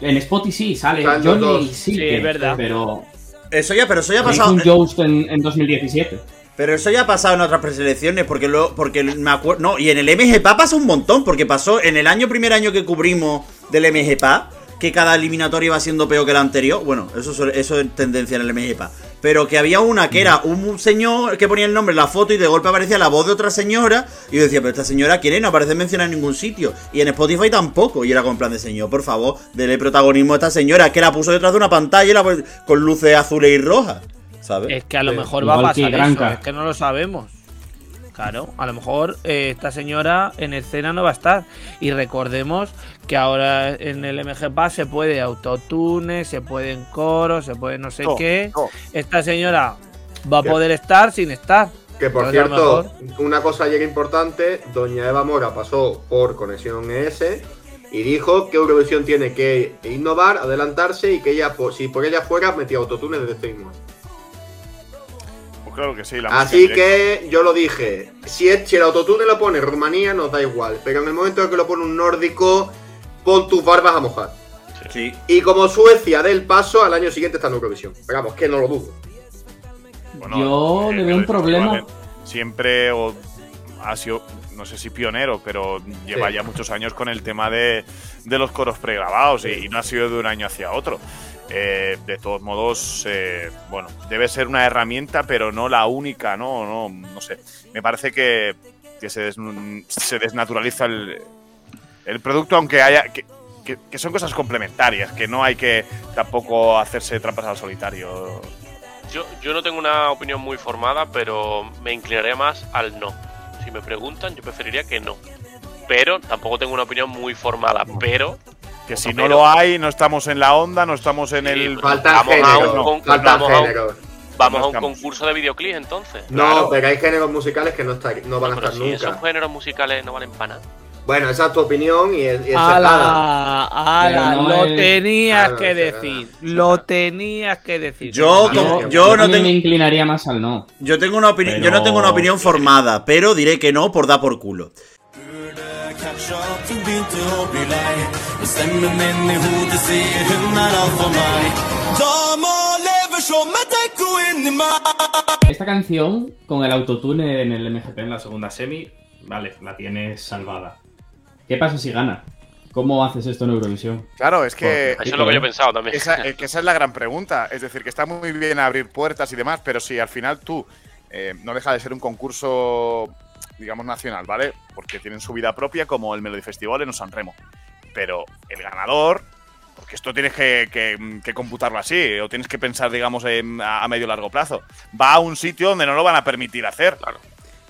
Speaker 5: En Spotify sí, sale
Speaker 2: Salen los dos.
Speaker 5: Johnny y Silke,
Speaker 4: Sí, es verdad.
Speaker 5: Pero
Speaker 1: Eso ya, pero eso ya ha
Speaker 5: hizo
Speaker 1: pasado. Eh,
Speaker 5: un Joust en, en 2017.
Speaker 1: Pero eso ya ha pasado en otras preselecciones, porque luego, porque me acuerdo. No, y en el MGPA pasa un montón, porque pasó en el año, primer año que cubrimos del MGPA, que cada eliminatoria iba siendo peor que la anterior. Bueno, eso, suele- eso es tendencia en el MGPA. Pero que había una que era un señor que ponía el nombre en la foto y de golpe aparecía la voz de otra señora. Y yo decía, pero esta señora quién es, no aparece mencionada en ningún sitio. Y en Spotify tampoco. Y era con plan de señor, por favor, dele protagonismo a esta señora, que la puso detrás de una pantalla y la pon- con luces azules y rojas. ¿Sabes?
Speaker 4: Es que a lo
Speaker 2: Sí.
Speaker 4: mejor va
Speaker 5: Igual
Speaker 4: a
Speaker 5: que
Speaker 4: pasar eso,
Speaker 5: Granca.
Speaker 4: es que no lo sabemos. Claro, a lo mejor eh, esta señora en escena no va a estar. Y recordemos que ahora en el MGPA se puede autotune, se pueden coros, se puede no sé
Speaker 3: No,
Speaker 4: qué.
Speaker 3: no.
Speaker 4: Esta señora va a
Speaker 2: Ya.
Speaker 4: poder estar sin estar.
Speaker 2: Que por
Speaker 4: Entonces, a lo
Speaker 2: cierto, una cosa ayer importante, doña Eva Mora pasó por Conexión ES y dijo que Eurovisión tiene que innovar, adelantarse y que ella, por- si por ella fuera, metía autotune desde este mismo.
Speaker 3: Pues claro que sí, la
Speaker 2: Así
Speaker 3: música en directo.
Speaker 2: que yo lo dije, si, es, si el autotune lo pone Rumanía nos da igual, pero en el momento en que lo pone un nórdico, pon tus barbas a mojar.
Speaker 1: Sí.
Speaker 2: Y como Suecia dé el paso, al año siguiente está en Eurovisión. Pero Vamos, que no lo dudo.
Speaker 3: Bueno,
Speaker 10: Yo
Speaker 3: eh,
Speaker 10: le veo un
Speaker 3: el festival,
Speaker 10: problema.
Speaker 3: eh, Siempre o, ha sido, no sé si pionero, pero lleva ya muchos años con el tema de, de los coros pregrabados y, y no ha sido de un año hacia otro. Eh, de todos modos, eh, bueno, debe ser una herramienta, pero no la única, ¿no? No, no sé. Me parece que, que se, desnu- se desnaturaliza el, el producto, aunque haya. Que, que- que son cosas complementarias, que no hay que tampoco hacerse trampas al solitario.
Speaker 7: Yo, yo no tengo una opinión muy formada, pero me inclinaré más al no. Si me preguntan, yo preferiría que no. Pero tampoco tengo una opinión muy formada, pero
Speaker 3: Que si Pues no lo hay, no estamos en la onda, no estamos en el.
Speaker 2: pues, Falta Vamos género, a un no, con- falta vamos a un- género.
Speaker 7: vamos
Speaker 3: No
Speaker 7: a un
Speaker 3: estamos.
Speaker 7: concurso de videoclips entonces.
Speaker 2: No,
Speaker 7: Claro.
Speaker 2: pero hay géneros musicales que no, está- no van a
Speaker 7: Pero
Speaker 2: estar
Speaker 7: si
Speaker 2: nunca.
Speaker 7: esos géneros musicales no valen para nada.
Speaker 2: Bueno, esa es tu opinión y es, y es
Speaker 4: ¡Hala!
Speaker 2: aceptada.
Speaker 4: ¡Hala!
Speaker 2: Pero no
Speaker 4: lo
Speaker 2: es-
Speaker 4: tenías
Speaker 2: Claro,
Speaker 4: que
Speaker 2: es
Speaker 4: decir. Lo tenías que decir.
Speaker 1: Yo, como- yo no
Speaker 5: también
Speaker 1: tengo.
Speaker 5: me inclinaría más al no.
Speaker 1: Yo tengo una opinión. Yo no
Speaker 5: Pero-
Speaker 1: tengo una opinión formada, pero diré que no por da por culo.
Speaker 9: Kanske allting blir inte hobbylag Men stämmer människor, det säger hon är allt för mig Dam och lever som ett eko in i mig
Speaker 5: Esta canción, con el autotune en el MGP en la segunda semi, vale, la tienes salvada. ¿Qué pasa si gana? ¿Cómo haces esto en Eurovisión?
Speaker 3: Claro, es que.
Speaker 5: Eso es lo que yo he
Speaker 7: pensado también.
Speaker 3: Esa, eh. es que esa es la gran pregunta. Es decir, que está muy bien abrir puertas y demás, pero si al final tú eh, no deja de ser un concurso, digamos, nacional, ¿vale? Porque tienen su vida propia, como el Melody Festival en San Remo. Pero el ganador. Porque esto tienes que, que- que computarlo así, o tienes que pensar, digamos, en- a, a medio largo plazo. Va a un sitio donde no lo van a permitir hacer.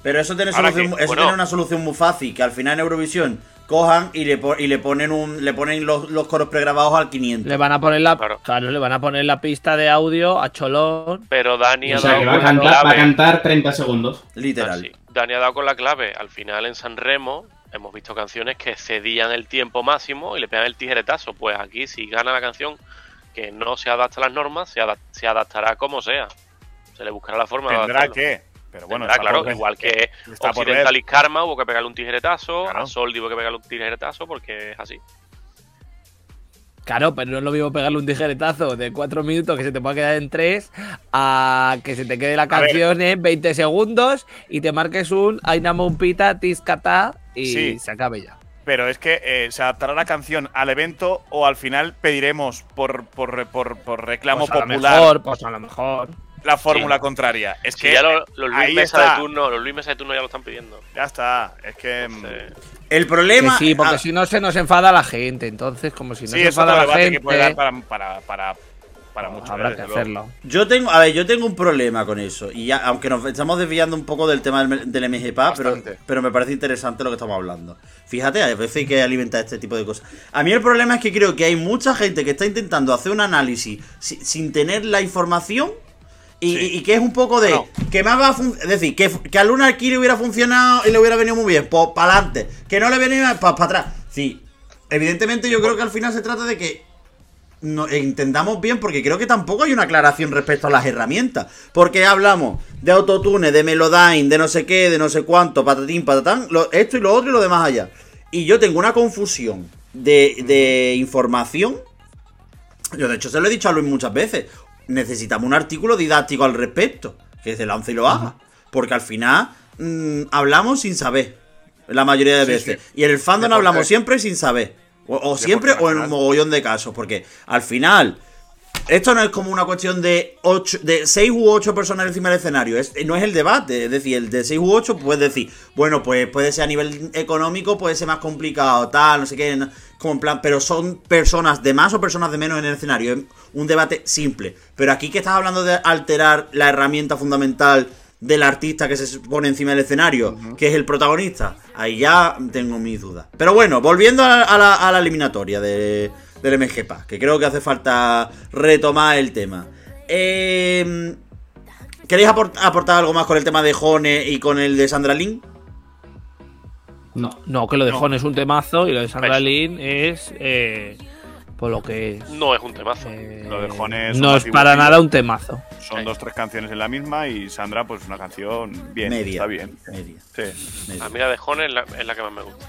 Speaker 1: Pero eso tiene,
Speaker 3: Ahora
Speaker 1: solución-
Speaker 3: que-
Speaker 1: eso
Speaker 3: bueno.
Speaker 1: tiene una solución muy fácil, que al final en Eurovisión cojan y le, po- y le ponen un le ponen los, los coros pregrabados al 500.
Speaker 4: Le van a poner la. Claro. le van a poner la pista de audio a Cholón.
Speaker 7: Pero Dani ha
Speaker 5: O sea,
Speaker 7: dado
Speaker 5: que va a
Speaker 7: con la
Speaker 5: cantar, va a
Speaker 7: clave.
Speaker 5: cantar 30 segundos.
Speaker 3: Ah,
Speaker 1: Literal.
Speaker 7: Ah, Dani ha dado con la clave. Al final en San Remo hemos visto canciones que cedían el tiempo máximo y le pegan el tijeretazo. Pues aquí si gana la canción que no se adapta a las normas, se, ada- se adaptará como sea. Se le buscará la forma de
Speaker 3: Tendrá
Speaker 7: adaptarlo.
Speaker 3: que, pero bueno,
Speaker 7: Tendrá,
Speaker 3: está
Speaker 7: claro,
Speaker 3: por ver.
Speaker 7: igual que
Speaker 3: Está por ver.
Speaker 7: Occidental y Karma hubo que pegarle un tijeretazo, a Soldi hubo que pegarle un tijeretazo porque es así.
Speaker 4: Claro, pero no es lo mismo pegarle un tijeretazo de cuatro minutos que se te pueda quedar en tres a que se te quede la
Speaker 3: ver.
Speaker 4: canción en 20 segundos y te marques un Ainamo Pita Tiscata y
Speaker 3: Sí.
Speaker 4: se acabe ya.
Speaker 3: Pero es que eh, se adaptará la canción al evento o al final pediremos por, por, por, por reclamo
Speaker 4: Pues a lo
Speaker 3: popular
Speaker 4: mejor, pues a lo mejor.
Speaker 3: la fórmula contraria. Es
Speaker 7: Si
Speaker 3: que
Speaker 7: ya lo- los
Speaker 3: ahí
Speaker 7: Luis Mesa
Speaker 3: está.
Speaker 7: de turno, los Luis Mesa de turno ya lo están pidiendo.
Speaker 3: Ya está. Es que. mm,
Speaker 1: El problema.
Speaker 4: Que sí, porque
Speaker 1: ah,
Speaker 4: si no se nos enfada la gente. Entonces, como si no
Speaker 3: sí,
Speaker 4: se
Speaker 3: es otro
Speaker 4: enfada la
Speaker 3: debate
Speaker 4: gente. pues
Speaker 3: que puede dar para, para, para, para mucho. ¿eh?
Speaker 4: habrá
Speaker 3: desde
Speaker 4: que
Speaker 3: luego.
Speaker 4: hacerlo.
Speaker 1: yo tengo, a ver, yo tengo un problema con eso. Y ya, aunque nos estamos desviando un poco del tema del, del MGPA, pero,
Speaker 3: Bastante.
Speaker 1: pero me parece interesante lo que estamos hablando. Fíjate, a veces hay que alimentar este tipo de cosas. A mí el problema es que creo que hay mucha gente que está intentando hacer un análisis si- sin tener la información Y, y- y que es un poco de. Que más va a fun- Es decir, que, que al Lunar Key le hubiera funcionado y le hubiera venido muy bien. Pues para adelante. Que no le venía para atrás. Sí. Evidentemente, yo creo que al final se trata de que. No, entendamos bien, porque creo que tampoco hay una aclaración respecto a las herramientas. Porque hablamos de autotune, de Melodyne, de no sé qué, de no sé cuánto, patatín, patatán, lo- esto y lo otro y lo demás allá. Y yo tengo una confusión de, de información yo, de hecho, se lo he dicho a Luis muchas veces. Necesitamos un artículo didáctico al respecto. Que se lance y lo haga. Porque al final mm, hablamos sin saber. La mayoría de
Speaker 2: Sí,
Speaker 1: veces. Y en el fandom
Speaker 2: Deporte.
Speaker 1: hablamos siempre sin saber. O, o siempre o en un mogollón de casos. Porque al final. Esto no es como una cuestión de ocho, de 6 u 8 personas encima del escenario. Es- no es el debate. Es decir, el de 6 u 8 puedes decir, bueno, pues puede ser a nivel económico, puede ser más complicado, tal, no sé qué. no- como en plan, pero son personas de más o personas de menos en el escenario. Es un debate simple. Pero aquí que estás hablando de alterar la herramienta fundamental del artista que se pone encima del escenario, que es el protagonista, ahí ya tengo mis dudas. Pero bueno, volviendo a la, a la- a la eliminatoria de, del MGPA, que creo que hace falta retomar el tema. Eh, ¿Queréis aport- aportar algo más con el tema de Jone y con el de Sandra Lynn?
Speaker 5: No.
Speaker 4: No, que lo de
Speaker 1: No.
Speaker 4: Jon es un temazo y lo de Sandra Lynn es. eh, por lo que es. eh,
Speaker 7: No es un temazo.
Speaker 3: Lo de Jone
Speaker 4: no
Speaker 3: un
Speaker 4: es para
Speaker 3: batiburrillo.
Speaker 4: nada un temazo.
Speaker 3: Son dos, tres canciones en la misma y Sandra, pues una canción bien.
Speaker 1: Media.
Speaker 3: Está bien. Sí.
Speaker 7: A mí la de Jone es la, es la que más me gusta.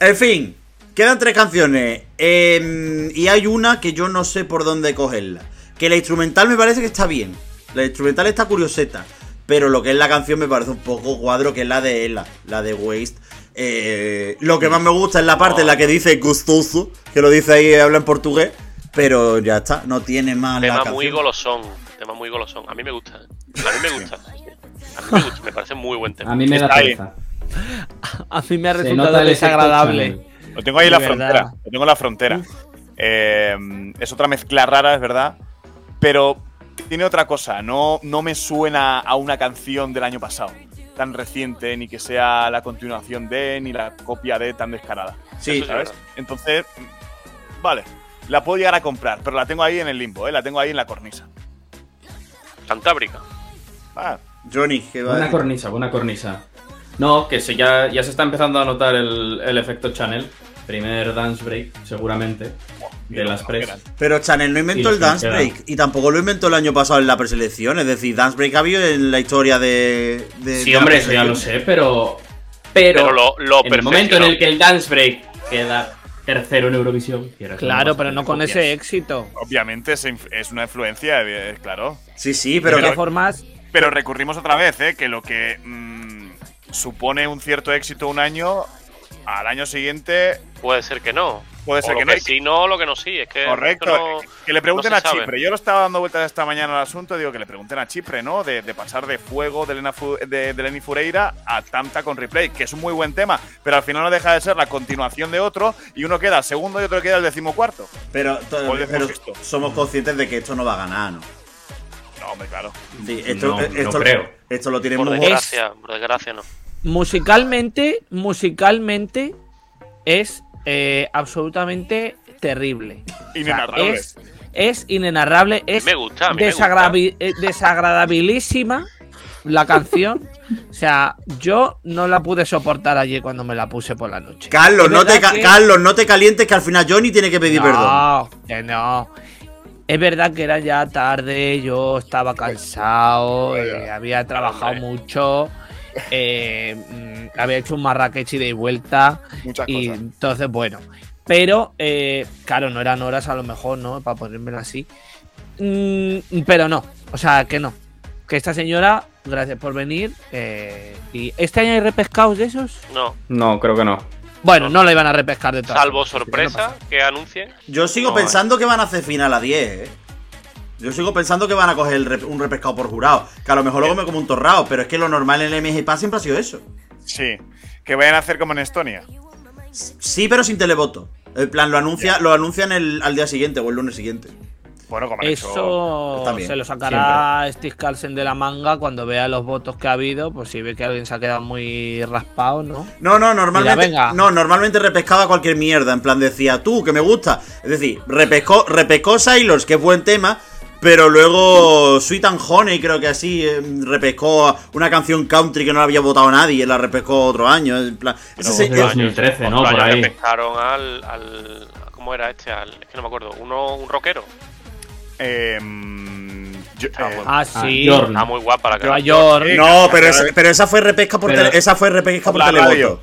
Speaker 1: En fin, quedan tres canciones. eh, y hay una que yo no sé por dónde cogerla. Que la instrumental me parece que está bien. La instrumental está curioseta. Pero lo que es la canción me parece un poco cuadro, que es la de Ella, la de Waste. Eh, lo que más me gusta es la parte en la que dice gustoso, que lo dice ahí, habla en portugués. Pero ya está, no tiene más la
Speaker 7: Tema
Speaker 1: canción.
Speaker 7: muy golosón. Tema muy golosón. A mí me gusta. ¿eh? A mí me gusta. A mí me gusta. Me parece muy buen tema.
Speaker 5: A mí me da
Speaker 7: Está bien.
Speaker 5: pereza.
Speaker 4: A mí me ha
Speaker 5: Se
Speaker 4: resultado
Speaker 5: nota el efecto
Speaker 4: desagradable.
Speaker 5: Chanel.
Speaker 3: Lo tengo ahí en la
Speaker 4: De verdad.
Speaker 3: frontera. Lo tengo en la frontera. Eh, es otra mezcla rara, es verdad. Pero tiene otra cosa. No, no me suena a una canción del año pasado. Tan reciente, ni que sea la continuación de, ni la copia de tan descarada.
Speaker 1: Sí.
Speaker 3: ¿Sabes? Entonces, vale. La puedo llegar a comprar, pero la tengo ahí en el limbo, ¿eh? la tengo ahí en la cornisa.
Speaker 7: Cantábrica.
Speaker 3: Ah,
Speaker 1: Johnny, que va a
Speaker 5: Buena
Speaker 1: decir?
Speaker 5: cornisa, buena cornisa. No, que se, ya, ya se está empezando a notar el, el efecto Chanel. Primer dance break, seguramente, de las tres.
Speaker 1: Pero Chanel no
Speaker 5: Y
Speaker 1: inventó
Speaker 5: los
Speaker 1: el
Speaker 5: que
Speaker 1: Dance
Speaker 5: quedan.
Speaker 1: Break y tampoco lo inventó el año pasado en la preselección. Es decir, Dance Break ha habido en la historia de. de- de
Speaker 5: Sí,
Speaker 1: la
Speaker 5: hombre, eso ya
Speaker 1: preselección.
Speaker 5: lo sé, pero. Pero,
Speaker 7: Pero lo- lo
Speaker 5: en el momento en
Speaker 7: perfeccionó.
Speaker 5: el que el dance break queda tercero en Eurovisión. quieras o
Speaker 4: Claro,
Speaker 5: vas a
Speaker 4: pero
Speaker 5: tener
Speaker 4: no con
Speaker 5: copias.
Speaker 4: ese éxito.
Speaker 3: obviamente es, inf- es una influencia, eh, claro.
Speaker 1: Sí, sí,
Speaker 4: De
Speaker 1: pero.
Speaker 4: todas formas,
Speaker 3: Pero recurrimos otra vez, ¿eh? que lo que mm, supone un cierto éxito un año, al año siguiente
Speaker 7: Puede ser que no.
Speaker 3: puede
Speaker 7: O
Speaker 3: ser
Speaker 7: lo
Speaker 3: que no.
Speaker 7: sí, no, lo que no sí. Es que
Speaker 3: Correcto.
Speaker 7: esto
Speaker 3: eh,
Speaker 7: no-
Speaker 3: que le pregunten
Speaker 7: no
Speaker 3: a
Speaker 7: se sabe.
Speaker 3: Chipre. Yo lo estaba dando vueltas esta mañana al asunto. Digo que le pregunten a Chipre, ¿no? De, de pasar de fuego de, Elena Fu- de, de Lenny Fureira a Tanta con replay, que es un muy buen tema, pero al final no deja de ser la continuación de otro y uno queda segundo y otro queda el decimocuarto.
Speaker 1: Pero, to-
Speaker 3: Pues decimos
Speaker 1: pero
Speaker 3: esto.
Speaker 1: somos conscientes de que esto no va a ganar, ¿no?
Speaker 3: No, hombre, claro.
Speaker 1: Sí, esto,
Speaker 5: No, no
Speaker 1: esto-
Speaker 5: creo.
Speaker 1: esto lo tienen
Speaker 7: Por
Speaker 1: muy
Speaker 7: desgracia, por desgracia no.
Speaker 4: musicalmente, musicalmente es eh, absolutamente terrible. O sea,
Speaker 3: Inenarrable.
Speaker 4: es, es inenarrable, es
Speaker 7: me gusta, a mí me
Speaker 4: desagravi- eh, desagradabilísima la canción. O sea, yo no la pude soportar ayer cuando me la puse por la noche.
Speaker 1: Carlos,
Speaker 4: Es
Speaker 1: no te
Speaker 4: verdad
Speaker 1: ca-
Speaker 4: que-
Speaker 1: Carlos, no te calientes que al final Johnny tiene que pedir perdón.
Speaker 4: no, que no. Es verdad que era ya tarde, yo estaba cansado, eh, había trabajado mucho, eh, mm, había hecho un marrakech ida y vuelta.
Speaker 3: Muchas
Speaker 4: Y
Speaker 3: cosas.
Speaker 4: entonces, bueno. Pero, eh, claro, no eran horas a lo mejor, ¿no? Para ponérmela así. Mm, pero no. O sea, que no. Que esta señora, gracias por venir. eh, ¿Y este año hay repescados de esos?
Speaker 7: No.
Speaker 6: No, creo que no.
Speaker 4: Bueno, no la iban a repescar de todas
Speaker 7: Salvo
Speaker 4: formas, así que no pasa
Speaker 7: sorpresa que anuncien.
Speaker 1: Yo sigo
Speaker 5: eh.
Speaker 7: No,
Speaker 1: pensando que van a hacer final a 10, ¿eh? Yo sigo pensando que van a coger el rep- un repescado por jurado. Que a lo mejor luego me como un torrado, pero es que lo normal en el MGPA siempre ha sido eso.
Speaker 3: Sí. Que vayan a hacer como en Estonia.
Speaker 1: Sí, pero sin televoto. En plan, lo anuncia, lo anuncian el- al día siguiente o el lunes siguiente.
Speaker 3: Bueno, como han hecho.
Speaker 4: Eso
Speaker 1: Está bien,
Speaker 4: se lo sacará Steve Carlsen de la manga cuando vea los votos que ha habido. Pues si ve que alguien se ha quedado muy raspado, ¿no?
Speaker 1: No, no, normalmente.
Speaker 4: Mira, venga.
Speaker 1: No, normalmente repescaba cualquier mierda. En plan, decía tú, que me gusta. Es decir, repescó, repescó Sailors, que es buen tema. Pero luego Sweet and Honey, creo que así, eh, repescó una canción country que no la había votado nadie. La repescó otro año. En plan, ese se-
Speaker 5: otro
Speaker 1: eh,
Speaker 5: año. 2013, ¿no?
Speaker 7: otro año
Speaker 5: Por ahí.
Speaker 7: que pescaron al, al. ¿Cómo era este? Al, es que no me acuerdo. Uno, un rockero.
Speaker 3: eh, mm, yo-
Speaker 7: Ah,
Speaker 3: eh,
Speaker 7: bueno.
Speaker 4: Ah,
Speaker 5: Ah,
Speaker 4: sí.
Speaker 5: Jorn.
Speaker 7: Ah, muy guapa la
Speaker 4: Nueva
Speaker 7: cara.
Speaker 4: York.
Speaker 3: Sí,
Speaker 1: no, pero, esa- pero esa fue repesca por,
Speaker 5: Pero-
Speaker 1: tele- esa fue repesca por
Speaker 3: la
Speaker 1: televoto.
Speaker 3: radio.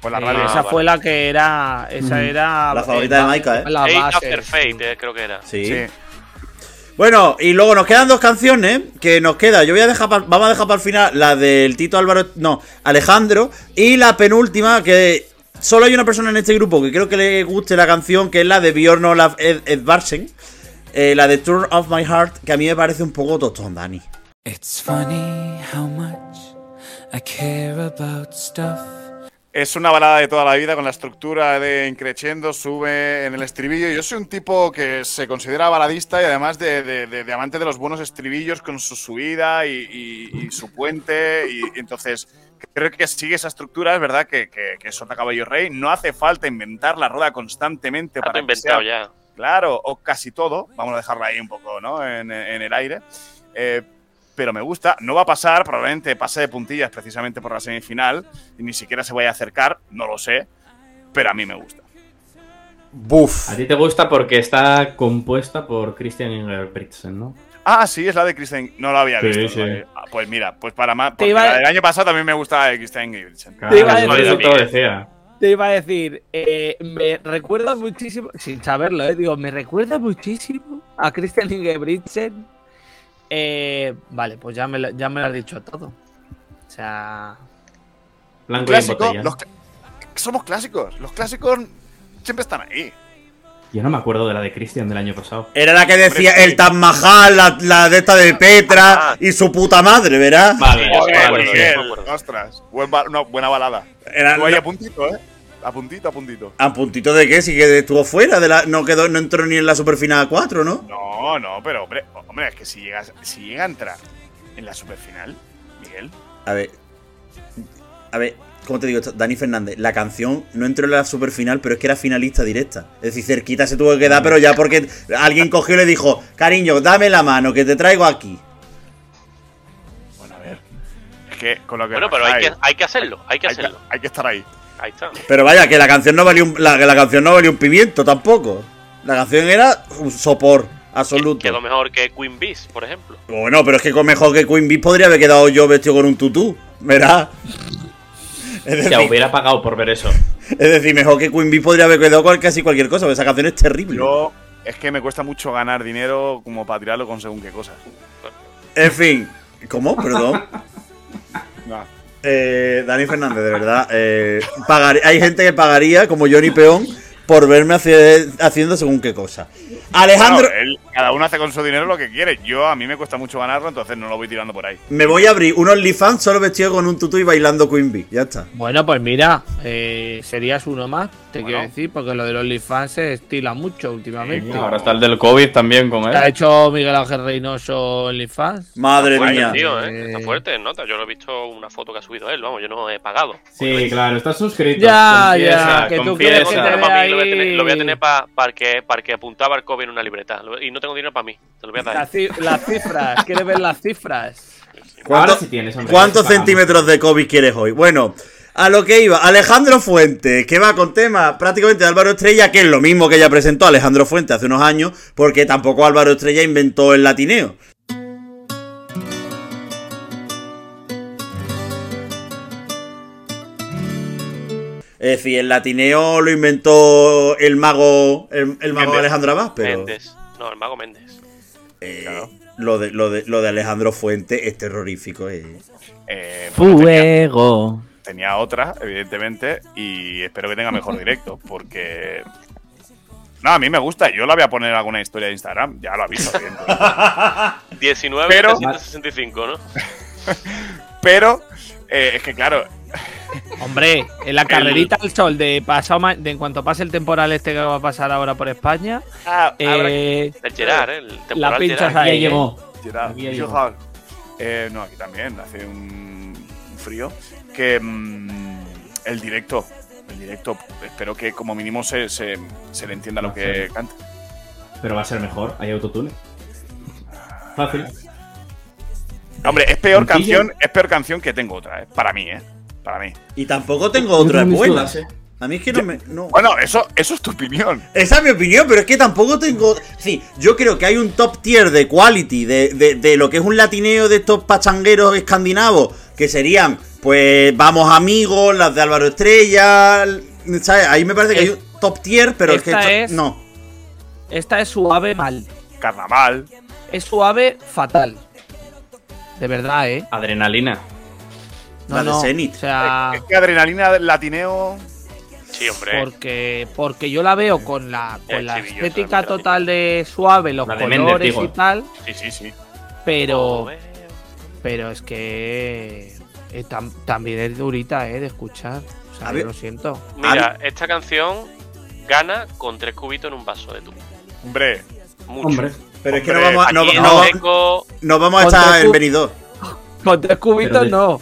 Speaker 3: Por la
Speaker 4: Eh,
Speaker 3: radio.
Speaker 4: esa
Speaker 3: Ah,
Speaker 4: fue la que era. Esa era.
Speaker 1: La favorita de
Speaker 4: ba-
Speaker 1: Maika, ¿eh?
Speaker 4: La
Speaker 7: Eight
Speaker 4: base.
Speaker 7: After Fate, eh, creo que era.
Speaker 1: Sí.
Speaker 3: vale. Sí.
Speaker 1: Bueno, y luego nos quedan dos canciones que nos queda. Yo voy a dejar pa- vamos a dejar para el final la del Tito Álvaro, no, Alejandro y la penúltima que solo hay una persona en este grupo que creo que le guste la canción que es la de Bjorn Olaf Ed- Edvardsen, eh, la de Turn of My Heart que a mí me parece un poco tostón, Dani.
Speaker 9: It's funny how much I care about stuff.
Speaker 3: Es una balada de toda la vida con la estructura de increchendo, sube en el estribillo. Yo soy un tipo que se considera baladista y además de, de- de- de amante de los buenos estribillos con su subida y, y- y su puente. Y, y entonces creo que sigue esa estructura, es verdad que, que, que es Sota Caballo Rey. No hace falta inventar la rueda constantemente
Speaker 7: Está
Speaker 3: para que sea
Speaker 7: inventado ya.
Speaker 3: Claro, o casi todo. Vamos a dejarla ahí un poco, ¿no? En, en el aire. Eh, pero me gusta. No va a pasar, probablemente pase de puntillas precisamente por la semifinal y ni siquiera se vaya a acercar, no lo sé, pero a mí me gusta.
Speaker 1: Buf.
Speaker 6: A ti te gusta porque está compuesta por Christian Ingebrigtsen, ¿no?
Speaker 3: Ah, sí, es la de Christian. No la había
Speaker 6: Sí,
Speaker 3: visto.
Speaker 6: sí.
Speaker 3: vale. Ah, pues mira, pues para más.
Speaker 4: Te iba-
Speaker 3: la del año pasado también me gustaba la de Christian Ingebrigtsen.
Speaker 4: Te iba a
Speaker 6: Claro,
Speaker 4: decir-
Speaker 6: eso te lo decía.
Speaker 4: Te iba a decir, eh, me recuerda muchísimo, sin saberlo, eh, digo, me recuerda muchísimo a Christian Ingebrigtsen. Eh, vale, pues ya me, lo- ya me lo has dicho todo. O sea,
Speaker 6: Blanco
Speaker 3: Clásico,
Speaker 6: y en botella.
Speaker 3: los cl- somos clásicos. Los clásicos siempre están ahí.
Speaker 6: Yo no me acuerdo de la de Christian del año pasado.
Speaker 1: Era la que decía el Taj Mahal, la, la de esta de Petra y su puta madre, ¿verdad?
Speaker 6: Vale,
Speaker 3: Joder,
Speaker 6: vale, sí. Ah,
Speaker 3: Miguel, Ah, ostras, buen ba- una buena balada.
Speaker 1: Era
Speaker 3: Tú ahí
Speaker 1: la-
Speaker 3: a puntito, ¿eh? A puntito, a puntito.
Speaker 1: a puntito de que sí que estuvo fuera de la no quedó no entró ni en la superfinal 4, ¿no?
Speaker 3: No, no, pero hombre, hombre es que si, llegas, si llega a entrar en la superfinal, Miguel,
Speaker 1: A ver. A ver, ¿cómo te digo esto? Dani Fernández, la canción no entró en la superfinal, pero es que era finalista directa. Es decir, cerquita se tuvo que dar, pero ya porque alguien cogió y le dijo, cariño, dame la mano, que te traigo aquí.
Speaker 3: bueno, a ver. Es que con lo que.
Speaker 7: Bueno, pero hay que, hay que hacerlo, hay que
Speaker 3: hay que-
Speaker 7: hacerlo.
Speaker 3: hay que estar ahí.
Speaker 7: Ahí está.
Speaker 1: Pero vaya, que la canción no valió un, la, que la canción no valió un pimiento tampoco. La canción era un sopor absoluto.
Speaker 7: Quedó mejor que Queen Bees, por ejemplo.
Speaker 1: Bueno, pero es que con mejor que Queen Bee podría haber quedado yo vestido con un tutú, ¿verdad? Es decir,
Speaker 6: Ya hubiera pagado por ver eso.
Speaker 1: es decir, mejor que Queen Bee podría haber quedado con casi cualquier cosa, porque esa canción es terrible.
Speaker 3: Yo. Es que me cuesta mucho ganar dinero como para tirarlo con según qué cosas.
Speaker 1: En fin, ¿cómo? Perdón.
Speaker 3: No.
Speaker 1: Eh, Dani Fernández, de verdad. eh, pagar- hay gente que pagaría, como Johnny Peón, por verme hace- haciendo según qué cosa. Alejandro,
Speaker 3: Bueno, él- cada uno hace con su dinero lo que quiere. Yo a mí me cuesta mucho ganarlo, entonces no lo voy tirando por ahí.
Speaker 1: me voy a abrir un OnlyFans solo vestido con un tutú y bailando Queen Bee. Ya está.
Speaker 4: bueno, pues mira, eh, serías uno más, te
Speaker 3: Bueno.
Speaker 4: quiero decir, porque lo de los OnlyFans se estila mucho últimamente.
Speaker 3: Sí,
Speaker 6: Ahora está el del COVID también con
Speaker 4: ¿Te ha
Speaker 6: él.
Speaker 4: hecho Miguel Ángel Reynoso OnlyFans?
Speaker 1: Madre
Speaker 7: Fuerte,
Speaker 1: mía.
Speaker 7: tío, ¿eh? Está
Speaker 4: Eh.
Speaker 7: fuerte, nota. Yo lo he visto una foto que ha subido él, vamos, yo no he pagado.
Speaker 5: Sí, claro, estás suscrito.
Speaker 4: Ya,
Speaker 5: Confiesa,
Speaker 4: ya, que tú
Speaker 5: confiesa.
Speaker 4: quieres que te
Speaker 7: Pero
Speaker 4: vea
Speaker 7: para mí lo voy a
Speaker 4: ahí.
Speaker 7: tener, lo voy a tener para, para, que, para que apuntaba el COVID en una libreta. Lo- Y no tengo dinero para mí. Te lo voy a dar.
Speaker 4: Las ci- las cifras, ¿quieres ver las cifras?
Speaker 1: ¿Cuánto-
Speaker 5: Ahora sí tienes, hombre.
Speaker 1: ¿Cuántos
Speaker 5: Vamos.
Speaker 1: centímetros de COVID quieres hoy? Bueno, a lo que iba, Alejandro Fuentes, que va con tema prácticamente de Álvaro Estrella, que es lo mismo que ya presentó Alejandro Fuentes hace unos años, porque tampoco Álvaro Estrella inventó el latineo. Es decir, el latineo lo inventó el mago, el, el mago
Speaker 7: Méndez.
Speaker 1: Alejandro Abad, pero
Speaker 7: Méndez. No, el mago Méndez.
Speaker 1: eh, lo, de, lo, de, lo de Alejandro Fuentes es terrorífico. eh.
Speaker 3: Eh, bueno, tenía,
Speaker 6: Fuego.
Speaker 3: tenía otra, evidentemente, y espero que tenga mejor directo, porque. No, a mí me gusta. Yo la voy a poner en alguna historia de Instagram. Ya lo aviso, evidentemente.
Speaker 7: 19,
Speaker 3: Pero-
Speaker 7: 365, ¿no?
Speaker 3: Pero eh, es que, claro,
Speaker 4: Hombre, en la carrerita al sol de pasado ma- de en cuanto pase el temporal este que va a pasar ahora por España,
Speaker 3: ah, habrá que
Speaker 4: eh,
Speaker 7: El Gerard, ¿eh? El temporal
Speaker 4: la pinchas
Speaker 7: Gerard.
Speaker 5: Ya
Speaker 4: ahí. ¿eh?
Speaker 5: llegó.
Speaker 3: Gerard,
Speaker 5: Aquí hay
Speaker 3: yo,
Speaker 5: uno.
Speaker 3: Javi. Eh, no, aquí también hace un un frío. Que mm, el directo, el directo, espero que como mínimo se, se, se le entienda lo que canta.
Speaker 5: Pero va a ser mejor, hay autotune. Fácil.
Speaker 3: Hombre, es peor
Speaker 5: Sencillo.
Speaker 3: canción, es peor canción que tengo otra, eh, para mí, eh, para mí.
Speaker 1: Y tampoco tengo otras
Speaker 5: mis
Speaker 1: buenas.
Speaker 5: dudas, eh.
Speaker 1: A mí es que no me. no.
Speaker 3: Bueno, eso, eso es tu opinión.
Speaker 1: Esa es mi opinión, pero es que tampoco tengo. Sí, yo creo que hay un top tier de quality, de, de- de lo que es un latineo de estos pachangueros escandinavos, que serían, pues, Vamos Amigos, las de Álvaro Estrella. ¿Sabes? Ahí me parece que hay
Speaker 4: Es-
Speaker 1: un top tier, pero es que.
Speaker 4: esta
Speaker 1: esto-
Speaker 4: es-
Speaker 1: No.
Speaker 4: Esta es suave mal.
Speaker 3: Carnaval.
Speaker 4: Es suave fatal. De verdad, ¿eh?
Speaker 6: Adrenalina.
Speaker 4: No,
Speaker 1: La de
Speaker 4: no,
Speaker 1: Zenit.
Speaker 4: O
Speaker 7: Ah.
Speaker 4: sea,
Speaker 3: Es que adrenalina latineo.
Speaker 7: Sí, hombre.
Speaker 4: porque, porque yo la veo con la,
Speaker 7: El
Speaker 4: con la
Speaker 7: chivillo
Speaker 4: estética
Speaker 7: también.
Speaker 4: total de suave, los
Speaker 6: La de Méndez,
Speaker 4: colores
Speaker 6: digo.
Speaker 4: y tal,
Speaker 3: Sí, sí, sí.
Speaker 4: pero, pero es que eh, tam- también es durita, ¿eh? De escuchar. O sea,
Speaker 1: A
Speaker 4: yo
Speaker 1: ver.
Speaker 4: lo siento.
Speaker 1: Ah.
Speaker 7: Mira, esta canción gana con tres cubitos en un vaso de tu.
Speaker 3: Hombre,
Speaker 7: Mucho.
Speaker 5: Hombre.
Speaker 1: Pero es que no
Speaker 3: Hombre,
Speaker 1: vamos a, no,
Speaker 7: Aquí en
Speaker 1: no-
Speaker 4: eh,
Speaker 7: seco,
Speaker 1: no vamos a
Speaker 4: Contra
Speaker 1: estar en
Speaker 4: tú.
Speaker 1: Benidorm.
Speaker 4: Con tres cubitos
Speaker 5: Pero de-
Speaker 4: no.